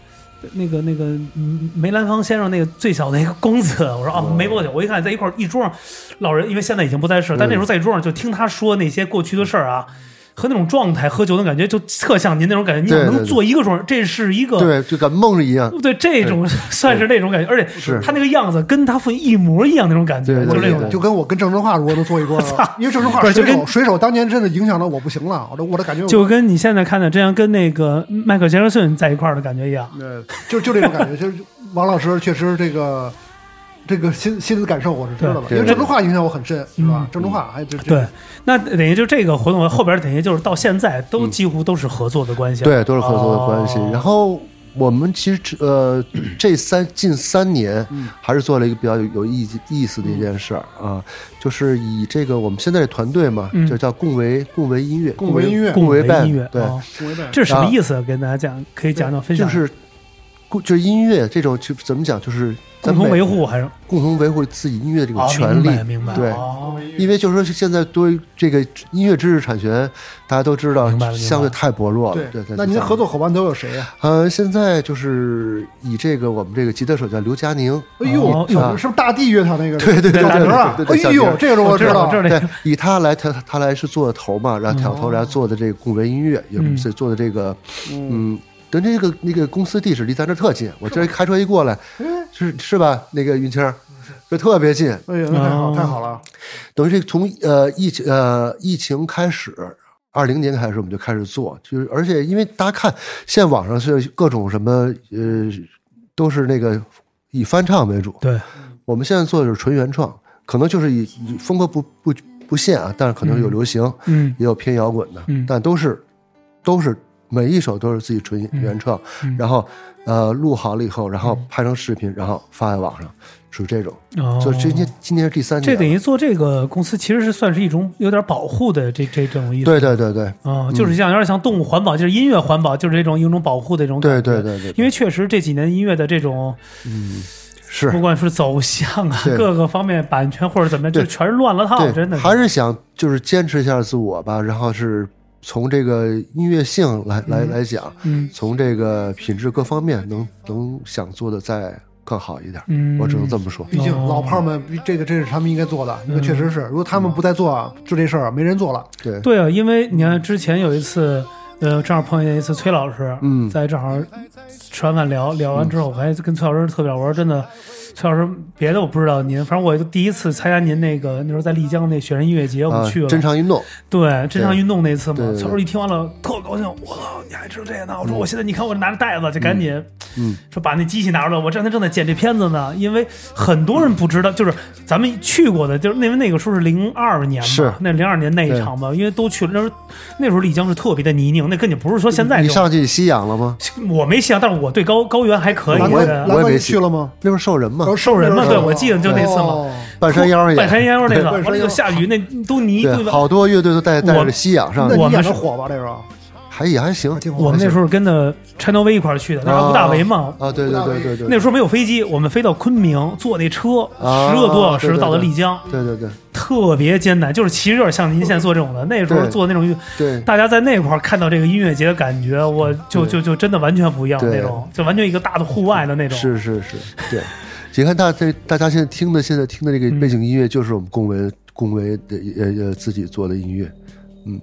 Speaker 1: 那个那个嗯梅兰芳先生那个最小的一个公子。我说哦，没多久，我一看在一块儿一桌上，老人因为现在已经不在世，但那时候在一桌上就听他说那些过去的事儿啊，和那种状态喝酒的感觉，就特像您那种感觉。你
Speaker 3: 对
Speaker 1: 想能
Speaker 3: 对对
Speaker 1: 坐一个桌上，这是一个。
Speaker 3: 对，就跟梦一样，
Speaker 1: 对，这种 [LAUGHS] 算是那种感觉，而且
Speaker 3: 是
Speaker 1: 他那个样子跟他父亲一模一样那种感觉，
Speaker 3: 对对
Speaker 1: 就那
Speaker 3: 对
Speaker 1: 种
Speaker 3: 对
Speaker 2: 就跟我跟郑州话如果能坐一
Speaker 1: [LAUGHS]
Speaker 2: 桌上，因为郑州话
Speaker 1: 不是就
Speaker 2: 水手
Speaker 1: 跟
Speaker 2: 水手当年真的影响到我不行了，我的我的感觉
Speaker 1: 就跟你现在看的这样跟那个迈克尔·杰克逊在一块儿的感觉一样。
Speaker 2: 呃就就这种感觉，就是王老师确实这个这个心心理感受我是知道的，
Speaker 3: 对
Speaker 2: 因为
Speaker 3: 对
Speaker 2: 郑州话影响我很深，是吧？郑州话还这
Speaker 1: 对，，那等于就这个活动后边，等于就是到现在都几乎都是合作的关系了。
Speaker 3: 嗯
Speaker 1: 啊
Speaker 3: 对，都是合作的关系。
Speaker 1: 哦
Speaker 3: 然后我们其实呃，这三近三年
Speaker 1: 嗯
Speaker 3: 还是做了一个比较有有意意思的一件事儿啊，就是以这个我们现在的团队嘛
Speaker 1: 嗯，
Speaker 3: 就叫共为共为音乐，
Speaker 2: 共为音乐
Speaker 3: 共为
Speaker 1: 为
Speaker 3: band，
Speaker 1: 音乐，
Speaker 3: 对，
Speaker 1: 哦
Speaker 2: 对对
Speaker 1: 这是什么意思？跟大家讲，可以讲讲分享
Speaker 3: 就
Speaker 1: 一下。
Speaker 3: 是共就是音乐这种，就怎么讲，就是咱
Speaker 1: 共同
Speaker 3: 每
Speaker 1: 维护还是
Speaker 3: 共同维护自己音乐这种
Speaker 1: 哦
Speaker 3: 权利
Speaker 1: 明白，明白
Speaker 3: 对
Speaker 1: 哦
Speaker 3: 因为就是说现在对这个音乐知识产权，大家都知道
Speaker 1: 明白了明白了
Speaker 3: 相对太薄弱了。哦对
Speaker 2: 对，那您的合？
Speaker 3: 对
Speaker 2: 作伙伴都有谁呀？
Speaker 3: 呃，现在就是以这个我们这个吉他手叫刘佳宁，
Speaker 2: 哎
Speaker 1: 哦哟
Speaker 2: 呦，是不是大地乐团那个？
Speaker 3: 对对对
Speaker 2: 小
Speaker 3: 对
Speaker 2: 刘啊
Speaker 3: 对！对
Speaker 2: 哎
Speaker 3: 小刘
Speaker 2: 呦，这个
Speaker 1: 我
Speaker 2: 我
Speaker 1: 知
Speaker 2: 知
Speaker 1: 道，我
Speaker 2: 道
Speaker 1: 知，道哦这
Speaker 3: 对
Speaker 1: 个，
Speaker 3: 以他来，他他来是做的头嘛，然后挑头，然后做的这个共文音乐，也
Speaker 1: 嗯
Speaker 3: 是做的这个，嗯，等这个那个公司地址离咱这儿特近，我今儿开车一过来，
Speaker 2: 嗯
Speaker 3: 是是吧？那个云清儿，这特别近，
Speaker 2: 哎呀，那太
Speaker 1: 哦
Speaker 2: 好太好了，
Speaker 3: 等于是从呃疫情呃疫情开始，二零年开始我们就开始做，就是而且因为大家看现在网上是各种什么呃都是那个以翻唱为主，
Speaker 1: 对，
Speaker 3: 我们现在做的就是纯原创，可能就是以以风格不不不限啊，但是可能有流行，
Speaker 1: 嗯
Speaker 3: 也有偏摇滚的，
Speaker 1: 嗯
Speaker 3: 但都是都是每一首都是自己纯原创，
Speaker 1: 嗯
Speaker 3: 然后呃录好了以后，然后拍成视频，然后发在网上，属于这种。
Speaker 1: 哦，
Speaker 3: 所以今天今年是第三年
Speaker 1: 这
Speaker 3: 了，
Speaker 1: 等于做这个公司其实是算是一种有点保护的这这这种意思。
Speaker 3: 对对对对
Speaker 1: 啊、就是像有点像动物环保，就是音乐环保，就是这种一种保护的一种
Speaker 3: 对
Speaker 1: 感觉。
Speaker 3: 对对对，
Speaker 1: 因为确实这几年音乐的这种，
Speaker 3: 是
Speaker 1: 不管是走向啊，
Speaker 3: 对
Speaker 1: 各个方面版权或者怎么样，就
Speaker 3: 对
Speaker 1: 全是乱了套，真的
Speaker 3: 对，
Speaker 1: 是
Speaker 3: 还是想就是坚持一下自我吧，然后是从这个音乐性来来来讲，
Speaker 1: 嗯
Speaker 3: 从这个品质各方面能能想做的再更好一点，
Speaker 1: 嗯
Speaker 3: 我只能这么说。
Speaker 2: 毕竟
Speaker 1: 哦
Speaker 2: 老炮儿们，这个这是他们应该做的，因为确实是，如果他们不再做啊，就这事儿没人做了。
Speaker 3: 对，
Speaker 1: 对啊，因为你看之前有一次，呃，正好碰见一次崔老师，
Speaker 3: 嗯
Speaker 1: 在正好吃完饭聊聊完之后，我还跟崔老师特别好，我说真的，崔老师别的我不知道您，反正我第一次参加您那个那时候在丽江那雪人音乐节，我
Speaker 3: 啊
Speaker 1: 们去了，，
Speaker 3: 真常运动，
Speaker 1: 对，真常运动那次嘛
Speaker 3: 对，对对
Speaker 1: 崔老师一听完了特高兴，我操，你还知道这个呢？我说我现在你看我拿着袋子就赶紧，
Speaker 3: 嗯，
Speaker 1: 说把那机器拿出来，我这两天正在剪这片子呢，因为很多人不知道，就是咱们去过的，就是那那个时候是零二年吧，
Speaker 3: 是
Speaker 1: 那零二年那一场吧，因为都去了，那时候那时候丽江是特别的泥泞，那根本不是说现在
Speaker 3: 你
Speaker 1: 这种。
Speaker 3: 上去吸氧了
Speaker 1: [LAUGHS]
Speaker 3: 吗？
Speaker 1: 我没想，但是我对高高原还可以
Speaker 2: 蓝
Speaker 3: 我
Speaker 2: 哥，
Speaker 3: 也
Speaker 1: 的。
Speaker 2: 蓝哥
Speaker 3: 我也没
Speaker 2: 你
Speaker 3: 去
Speaker 2: 去了吗？
Speaker 3: 那不是兽人吗
Speaker 2: 然后？兽
Speaker 1: 人嘛
Speaker 2: 兽
Speaker 1: 对我记得就那次嘛
Speaker 2: 哦
Speaker 3: 半山腰也
Speaker 1: 半，山腰那个，
Speaker 2: 对
Speaker 1: 完了有下雨，那都泥。
Speaker 3: [LAUGHS] 对，
Speaker 1: 吧
Speaker 3: 好多乐队都带带
Speaker 1: 我
Speaker 3: 着吸氧上
Speaker 2: 那
Speaker 3: 去，
Speaker 1: 我
Speaker 2: 你
Speaker 1: 们
Speaker 2: 演
Speaker 1: 是
Speaker 2: 的火吧？这个
Speaker 3: 还也还行。
Speaker 1: 我们那时
Speaker 3: 候
Speaker 1: 候跟着拆挪威一块儿去的，那
Speaker 3: 啊
Speaker 1: 吴大维嘛，
Speaker 3: 啊，对对对对对，
Speaker 1: 那时候没有飞机，我们飞到昆明，坐那车十
Speaker 3: 啊
Speaker 1: 个多小
Speaker 3: 对
Speaker 1: 时
Speaker 3: 对
Speaker 1: 到了
Speaker 3: 对
Speaker 1: 丽江，
Speaker 3: 对对对，
Speaker 1: 特别艰难，就是其实有点像您现在做这种的，那时候
Speaker 3: 对
Speaker 1: 做那种，
Speaker 3: 对
Speaker 1: 大家在那块儿看到这个音乐节的感觉，我就就就真的完全不一样
Speaker 3: 对
Speaker 1: 那种，就完全一个大的户外的那种，
Speaker 3: 是是是，对。你看大这大家现在听的现在听的
Speaker 1: 嗯
Speaker 3: 这个背景音乐，就是我们龚文龚维的呃呃自己做的音乐，嗯，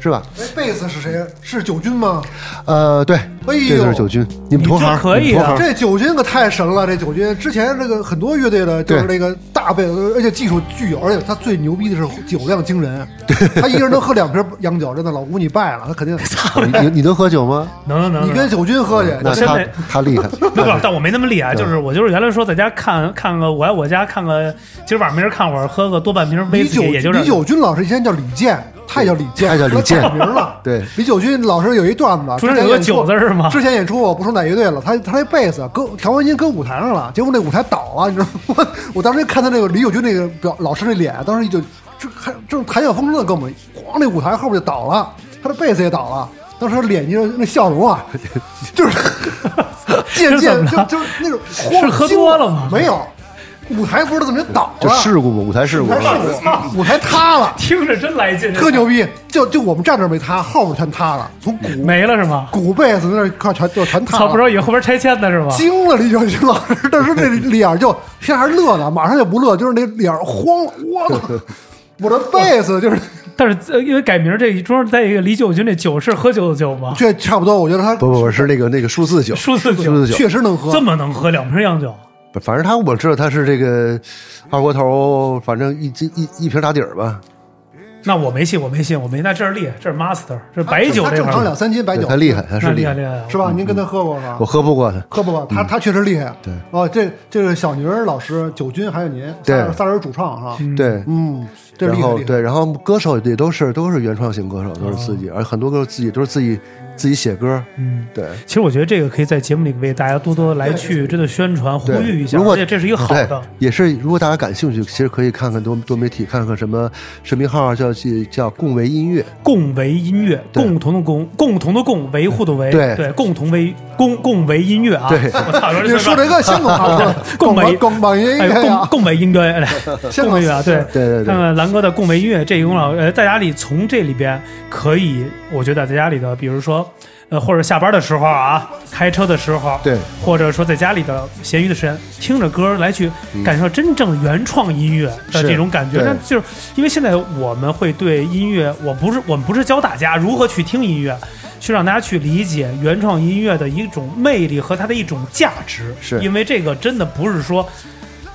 Speaker 3: 是吧？
Speaker 2: 哎，贝斯是谁？是九军吗？
Speaker 3: 呃，对，
Speaker 2: 哎
Speaker 3: 这就
Speaker 2: 呦
Speaker 3: 是，九军，你们
Speaker 1: 你
Speaker 3: 同
Speaker 1: 这
Speaker 3: 行，
Speaker 1: 可以
Speaker 3: 你们
Speaker 1: 啊
Speaker 3: 同行
Speaker 2: 这九军可太神了！这九军之前这个很多乐队的，就是那个大贝斯，而且技术巨有，而且他最牛逼的是酒量惊
Speaker 3: [LAUGHS]
Speaker 2: 人，他一个人能喝两瓶洋酒，真的老吴你败了，他肯
Speaker 3: [LAUGHS]
Speaker 2: 定。
Speaker 3: 你你你能喝
Speaker 1: [LAUGHS]
Speaker 3: 酒吗？
Speaker 1: 能能能，
Speaker 2: 你
Speaker 1: 能
Speaker 2: 跟九军喝去，
Speaker 3: 那
Speaker 1: 现
Speaker 3: 他
Speaker 1: 在
Speaker 3: 他
Speaker 1: [LAUGHS]
Speaker 3: 厉害，
Speaker 1: 不不，但我没那么厉害，
Speaker 3: 对
Speaker 1: 就是我就是原来说在家看看个，我爱我家看个，今儿晚上没人看会儿，喝个多半瓶威
Speaker 2: 李
Speaker 1: 士
Speaker 2: 九
Speaker 1: 忌，也就是
Speaker 2: 李九军老师以前叫李健，他也叫李健，
Speaker 3: 他也叫李健
Speaker 2: 他改名了。
Speaker 3: 对
Speaker 2: 李九军老师有一段子，啊
Speaker 1: 出
Speaker 2: 之
Speaker 1: 生
Speaker 2: 前
Speaker 1: 有个
Speaker 2: 演出
Speaker 1: 九字儿吗？
Speaker 2: 之前演出我不是哪乐队了，他他那贝斯跟调完音跟舞台上了，结果那舞台倒了，你知道吗？ [LAUGHS] 我我当时看他那个李友军那个表老师那脸，当时就这还正谈笑风生的跟我们，咣那舞台后边就倒了，他的贝斯也倒了。当时脸就是那笑容啊，就是 [LAUGHS] 渐
Speaker 1: [LAUGHS] 这怎
Speaker 2: 渐
Speaker 1: 么
Speaker 2: 就
Speaker 1: 了
Speaker 2: 就是那种慌
Speaker 1: 是喝
Speaker 2: 惊
Speaker 1: 多了吗
Speaker 2: 没有，舞台不知道怎么就倒了，
Speaker 3: 就事故嘛，舞台事
Speaker 2: 舞
Speaker 3: 故
Speaker 2: 台，事故，舞台塌了，
Speaker 1: 听着真来劲，
Speaker 2: 特牛逼！就就我们站这儿没塌，后边全塌了，从鼓
Speaker 1: 没了是
Speaker 3: 啊
Speaker 1: 吗？
Speaker 2: 鼓贝斯那儿快全就全塌
Speaker 1: 操，
Speaker 2: 了。
Speaker 1: 不知道以后边拆迁的是吗？
Speaker 2: 惊了李小军老师，当时那脸儿就现在还乐呢，马上就不乐，就是那脸儿慌了，我操！我的贝斯就是，
Speaker 1: 但是呃因为改名儿这一桌在一个李九军这酒是喝酒的酒吗？
Speaker 2: 这差不多，我觉得他
Speaker 3: 不不不是那个那个数字酒，
Speaker 1: 数字酒
Speaker 3: 数字酒，
Speaker 2: 确实能喝
Speaker 1: 这。么能喝两瓶洋酒，
Speaker 3: 不反正他我知道他是这个二锅头，反正一斤一一瓶打底儿吧，
Speaker 1: 那我没信，我没信，我没那这是厉害，这是 master，这是白酒
Speaker 2: 啊
Speaker 1: 这
Speaker 2: 他正
Speaker 1: 块
Speaker 2: 常
Speaker 1: 儿
Speaker 2: 两三斤白
Speaker 3: 对
Speaker 2: 酒，
Speaker 3: 他厉害，他
Speaker 1: 那
Speaker 3: 是
Speaker 1: 厉
Speaker 3: 厉
Speaker 1: 害
Speaker 3: 害嗯
Speaker 1: 厉，害，
Speaker 2: 是吧？您跟他喝过吧
Speaker 3: 我？喝不过他，
Speaker 2: 喝过吧？他他确实厉害。
Speaker 3: 对
Speaker 2: 哦，这这个小宁儿老师、九军还有您，仨人
Speaker 3: 对
Speaker 2: 仨人主唱哈。
Speaker 3: 对。
Speaker 2: 嗯，这
Speaker 3: 然
Speaker 2: 厉害
Speaker 3: 后
Speaker 2: 厉害。
Speaker 3: 对，然后歌手也都是都是原创型歌手，都是自己，而很多歌手自己都是自己自己写歌，
Speaker 1: 哦嗯。
Speaker 3: 对
Speaker 1: 其实我觉得这个可以在节目里为大家多多来去真的宣传呼
Speaker 3: 对
Speaker 1: 吁一下，
Speaker 3: 如果
Speaker 1: 而且这是一个好
Speaker 3: 对
Speaker 1: 的，，
Speaker 3: 也是如果大家感兴趣，其实可以看看多多媒体，看看什么视频号叫叫共为音乐，
Speaker 1: 共为音乐，
Speaker 3: 对
Speaker 1: 共同的共，共同的共，维护的维，
Speaker 3: 对
Speaker 1: 共同为共共为音乐啊！
Speaker 3: 对
Speaker 1: 我操，
Speaker 2: 你说这个
Speaker 1: [LAUGHS]
Speaker 2: 香港话 [LAUGHS] 说，
Speaker 1: 啊共为
Speaker 2: 广广音
Speaker 1: 哎，共
Speaker 2: 呀，
Speaker 1: 共为音乐，哎
Speaker 2: 香
Speaker 1: 共
Speaker 2: 港
Speaker 1: 为音乐啊，对。
Speaker 3: 对对
Speaker 1: 看
Speaker 3: 对，
Speaker 1: 看兰哥的共为音乐这一功劳，呃，在家里从这里边可以，我觉得在家里的，比如说，呃，或者下班的时候啊，开车的时候，啊
Speaker 3: 对，
Speaker 1: 或者说在家里的闲余的时间，听着歌来去感受真正原创音乐的这种感觉。
Speaker 3: 是对
Speaker 1: 那就是因为现在我们会对音乐，我不是我们不是教大家如何去听音乐，去让大家去理解原创音乐的一种魅力和它的一种价值。
Speaker 3: 是
Speaker 1: 因为这个真的不是说。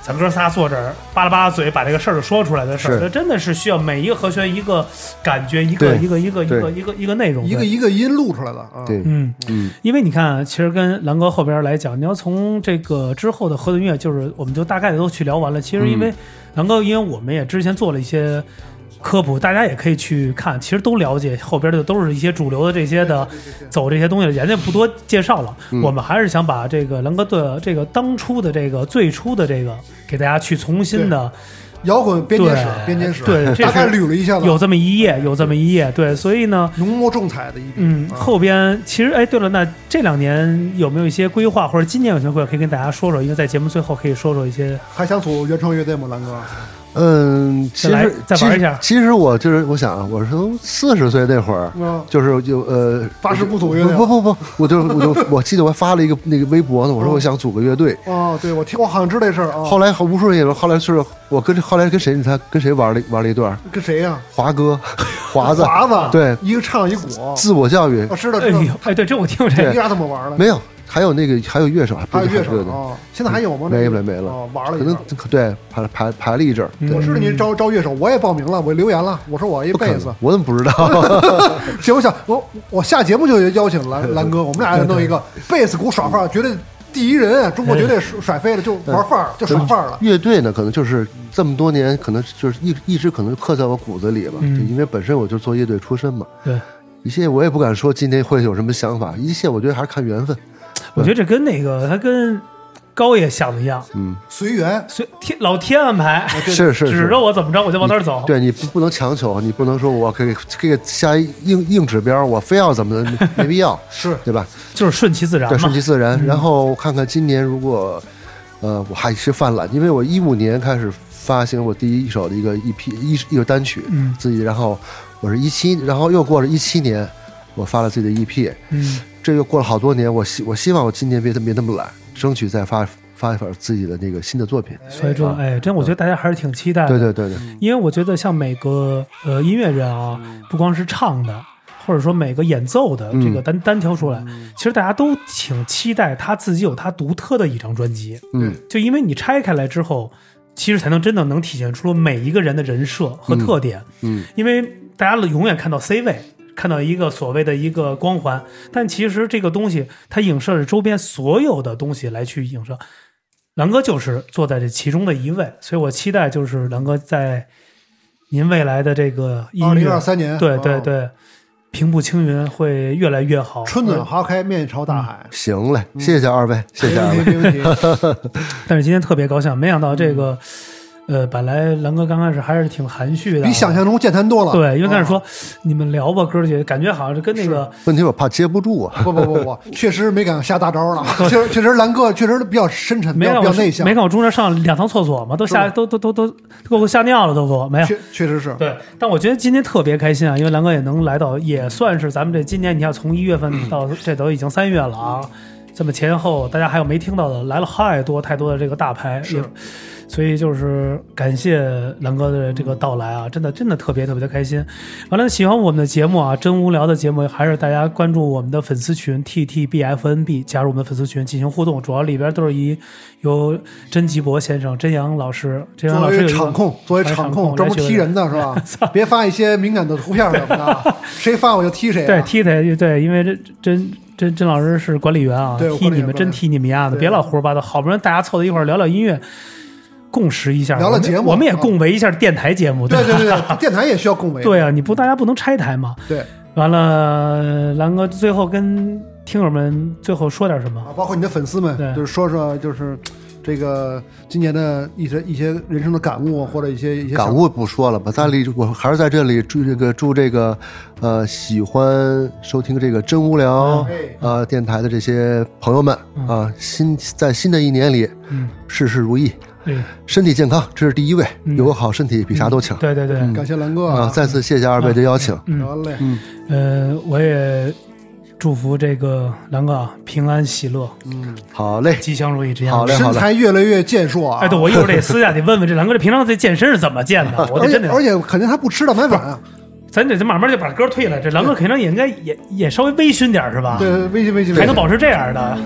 Speaker 1: 咱哥仨坐这儿巴拉巴拉嘴把这个事儿就说出来的事儿，
Speaker 3: 是
Speaker 1: 这真的是需要每一个和弦一个感觉，一个
Speaker 3: 对
Speaker 1: 一个一个一个
Speaker 3: 对
Speaker 1: 一个一个内容，
Speaker 2: 一个
Speaker 1: 对
Speaker 2: 一个音录出来的啊。
Speaker 3: 对，
Speaker 1: 嗯。
Speaker 3: 嗯，
Speaker 1: 因为你看啊，其实跟兰哥后边来讲，你要从这个之后的合作音乐，就是我们就大概都去聊完了。其实因为
Speaker 2: 嗯
Speaker 1: 兰哥，因为我们也之前做了一些科普，大家也可以去看，其实都了解后边的都是一些主流的这些的走这些东西的，人家不多介绍了。
Speaker 2: 嗯
Speaker 1: 我们还是想把这个兰哥的这个当初的这个最初的这个给大家去重新的
Speaker 2: 摇滚编年史
Speaker 1: 对，
Speaker 2: 编年史，
Speaker 1: 对这
Speaker 2: 大概
Speaker 1: 是
Speaker 2: 捋了一下子，
Speaker 1: 有这么一页，有这么一页，对，所以呢。
Speaker 2: 浓墨重彩的一笔。
Speaker 1: 嗯，
Speaker 2: 啊
Speaker 1: 后边其实哎，对了，那这两年有没有一些规划，或者今年有什么规划可以跟大家说说？因为在节目最后可以说说一些
Speaker 2: 还想组原创乐队吗，兰哥？
Speaker 3: 嗯，其
Speaker 1: 再来
Speaker 3: 实
Speaker 1: 再玩一
Speaker 3: 其实
Speaker 1: 下
Speaker 3: 其实我就是我想啊，我是从四十岁那会儿，
Speaker 1: 哦
Speaker 2: 啊，
Speaker 3: 就是就呃
Speaker 2: 发誓不组乐队。
Speaker 3: 不不不，我就我就我记得我还发了一个那个微博呢，我说我想组个乐队。
Speaker 2: 哦，对，我听，我好像知道这事儿啊。
Speaker 3: 后来无数人也说，后来就是我跟后来跟谁你猜跟谁玩了玩了一段？
Speaker 2: 跟谁呀？
Speaker 3: 华
Speaker 2: [LAUGHS]
Speaker 3: 哥，华子，
Speaker 2: 华子，哦
Speaker 3: 对
Speaker 2: 一个唱一鼓。
Speaker 3: 自我教育
Speaker 2: 我知道，
Speaker 1: 哎
Speaker 2: 知道
Speaker 1: 呦，哎，对，这我听过这
Speaker 2: 你
Speaker 1: 个，
Speaker 2: 俩怎么玩的？
Speaker 3: 没有，还有那个还有乐手，
Speaker 2: 还有乐
Speaker 3: 对
Speaker 2: 手
Speaker 3: 对
Speaker 2: 啊？现在还有吗？
Speaker 3: 没
Speaker 2: 那
Speaker 3: 了
Speaker 2: 个
Speaker 3: 没了
Speaker 2: 哦玩了
Speaker 3: 对，
Speaker 2: 一
Speaker 3: 可
Speaker 2: 阵
Speaker 3: 能
Speaker 2: 儿。
Speaker 3: 对排排排了一阵儿，
Speaker 1: 嗯
Speaker 3: 对
Speaker 2: 我知道您招招乐手，我也报名了，我留言了，我说我一
Speaker 3: 不可
Speaker 2: 贝斯
Speaker 3: 能，，我怎么
Speaker 2: [LAUGHS]
Speaker 3: 不知道？
Speaker 2: 行，我想我我下节目就邀请兰兰哥，我们俩弄一个贝斯鼓耍范儿，绝对第一人，啊中国绝对甩甩飞了，就玩范儿，就耍范儿了。
Speaker 3: 乐队呢，可能就是这么多年，可能就是一一直可能刻在我骨子里吧，
Speaker 1: 嗯
Speaker 3: 就因为本身我就做乐队出身嘛。
Speaker 1: 对，
Speaker 3: 一切我也不敢说今天会有什么想法，一切我觉得还是看缘分。
Speaker 1: 我觉得这跟那个他跟高爷想的一样，
Speaker 3: 嗯，啊
Speaker 2: 随缘，
Speaker 1: 所以天老天安排， [LAUGHS]
Speaker 3: 是是
Speaker 1: 指
Speaker 3: 是
Speaker 1: 着，我怎么着我就往哪儿走。
Speaker 3: 对你不不能强求，你不能说我给给下一硬硬指标，我非要怎么的，没必要，
Speaker 2: 是
Speaker 3: 对吧？
Speaker 1: [LAUGHS] 就是嗯顺其自然
Speaker 3: 对，
Speaker 1: 嘛
Speaker 3: 顺。其自然。然后看看今年如果，呃，我还是犯懒，因为我一五年开始发行我第一首的一个 EP 一一首单曲，
Speaker 1: 嗯
Speaker 3: 自己，然后我是一七，然后又过了一七年，我发了自己的 EP，
Speaker 1: 嗯
Speaker 3: 这又过了好多年，我希我希望我今年别别那么懒，争取再发发一份自己的那个新的作品。
Speaker 1: 所以说，
Speaker 3: 啊
Speaker 1: 哎，真我觉得大家还是挺期待的。
Speaker 3: 对对对对，
Speaker 1: 因为我觉得像每个呃音乐人啊，不光是唱的，或者说每个演奏的这个
Speaker 3: 嗯
Speaker 1: 单、单挑出来，其实大家都挺期待他自己有他独特的一张专辑，
Speaker 3: 嗯
Speaker 1: 就因为你拆开来之后，其实才能真的能体现出每一个人的人设和特点，
Speaker 3: 嗯
Speaker 1: 因为大家永远看到 C 位。看到一个所谓的一个光环，但其实这个东西它影射着周边所有的东西来去影射。狼哥就是坐在这其中的一位，所以我期待就是狼哥在您未来的这个音
Speaker 2: 二零
Speaker 1: 乐
Speaker 2: 二，三年，
Speaker 1: 对
Speaker 2: 哦
Speaker 1: 对，对，平步青云会越来越好。
Speaker 2: 春暖花开，面朝大海。
Speaker 3: 行嘞，
Speaker 1: 嗯
Speaker 3: 谢谢二位，谢谢
Speaker 2: 没
Speaker 3: 二
Speaker 2: 问
Speaker 3: 位
Speaker 2: 题，。没问
Speaker 1: [LAUGHS]
Speaker 2: 题。
Speaker 1: 但是今天特别高兴，没想到这
Speaker 2: 嗯
Speaker 1: 个，呃，本来狼哥刚开始还是挺含蓄的啊，
Speaker 2: 比想象中健谈多了。
Speaker 1: 对，因为开始
Speaker 2: 啊
Speaker 1: 说你们聊吧，哥儿姐，感觉好像是跟那个
Speaker 3: 问题我怕接不住
Speaker 1: [LAUGHS]
Speaker 3: 啊。
Speaker 2: 不不不不，确实没敢下大招了。确实确实，兰哥确实比较深沉，比
Speaker 1: 没
Speaker 2: 较
Speaker 1: 看
Speaker 2: 比
Speaker 1: 我
Speaker 2: 较内向
Speaker 1: 没。看我中间上两趟厕所吗？都吓
Speaker 2: 是
Speaker 1: 都都都都都给我吓尿了，都给我没有。
Speaker 2: 确确实是，
Speaker 1: 对，但我觉得今天特别开心啊，因为兰哥也能来到，也算是咱们这今年，你看从一月份
Speaker 2: 嗯
Speaker 1: 到这都已经三月了啊，这么前后大家还有没听到的，来了太多太多的这个大牌，
Speaker 2: 是
Speaker 1: 也，所以就是感谢兰哥的这个到来啊，真的真的特别特别的开心。完了，喜欢我们的节目啊，真无聊的节目，还是大家关注我们的粉丝群 T T B F N B，加入我们的粉丝群进行互动，主要里边都是以由甄吉博先生、甄阳老师、甄阳
Speaker 2: 作
Speaker 1: 老师有
Speaker 2: 为
Speaker 1: 一个
Speaker 2: 场控，作为
Speaker 1: 来
Speaker 2: 场
Speaker 1: 场控
Speaker 2: 控，专门
Speaker 1: 来学
Speaker 2: 踢人的是
Speaker 1: [LAUGHS]
Speaker 2: 吧？别发一些敏感的图片什么的啊，谁发我就踢谁啊。
Speaker 1: 对，踢他对，因为这真真真老师是管理员啊
Speaker 2: 对，我
Speaker 1: 踢
Speaker 2: 管理
Speaker 1: 你
Speaker 2: 员
Speaker 1: 们
Speaker 2: 管理
Speaker 1: 真
Speaker 2: 员
Speaker 1: 踢你们丫的，
Speaker 2: 对
Speaker 1: 别老胡说八道，好不容易大家凑到一块儿聊聊音乐，共识一下，
Speaker 2: 聊聊
Speaker 1: 我们
Speaker 2: 节目
Speaker 1: 我们也
Speaker 2: 啊
Speaker 1: 共为一下电台节目，
Speaker 2: 对
Speaker 1: 吧 [LAUGHS]
Speaker 2: 对对对， [LAUGHS] 电台也需要共维。
Speaker 1: 对啊，你不大家不能拆台嘛。
Speaker 2: 对
Speaker 1: 完了，兰哥最后跟听友们最后说点什么？
Speaker 2: 啊，包括你的粉丝们
Speaker 1: 对，
Speaker 2: 就是说说就是这个今年的一些一些人生的感悟或者一些一些
Speaker 3: 感
Speaker 2: 想
Speaker 3: 悟不说了吧，大力，我还是在这里祝这个祝这个，呃，喜欢收听这个真无聊
Speaker 1: 嗯
Speaker 2: 哎
Speaker 3: 呃电台的这些朋友们
Speaker 1: 嗯
Speaker 3: 啊，新在新的一年里
Speaker 1: 嗯，
Speaker 3: 事事如意，
Speaker 1: 对
Speaker 3: 身体健康，这是第一位，
Speaker 1: 嗯
Speaker 3: 有个好身体比啥都强
Speaker 1: 对对对，
Speaker 2: 感谢兰哥
Speaker 3: 啊！再次谢谢二位的邀请，
Speaker 1: 嗯
Speaker 2: 得嘞，
Speaker 1: 呃，我也祝福这个兰哥啊平安喜乐，
Speaker 3: 好嘞，
Speaker 1: 吉祥如意，吉祥
Speaker 3: 好
Speaker 1: 如意。
Speaker 3: 嘞，
Speaker 2: 身
Speaker 3: 好嘞，
Speaker 2: 材越来越健硕啊。
Speaker 1: 哎，对，我一会儿得私下得问问这兰哥这平常这健身是怎么健
Speaker 2: [LAUGHS]
Speaker 1: 的，我
Speaker 2: 而
Speaker 1: 得真
Speaker 2: 且
Speaker 1: 的
Speaker 2: 而且肯定他不吃蛋白粉啊，
Speaker 1: 咱得慢慢就把歌退了。这狼哥肯定也应该也也稍微微醺点儿是吧？
Speaker 3: 啊
Speaker 2: 对，，微信微信，
Speaker 1: 还能保持这样的。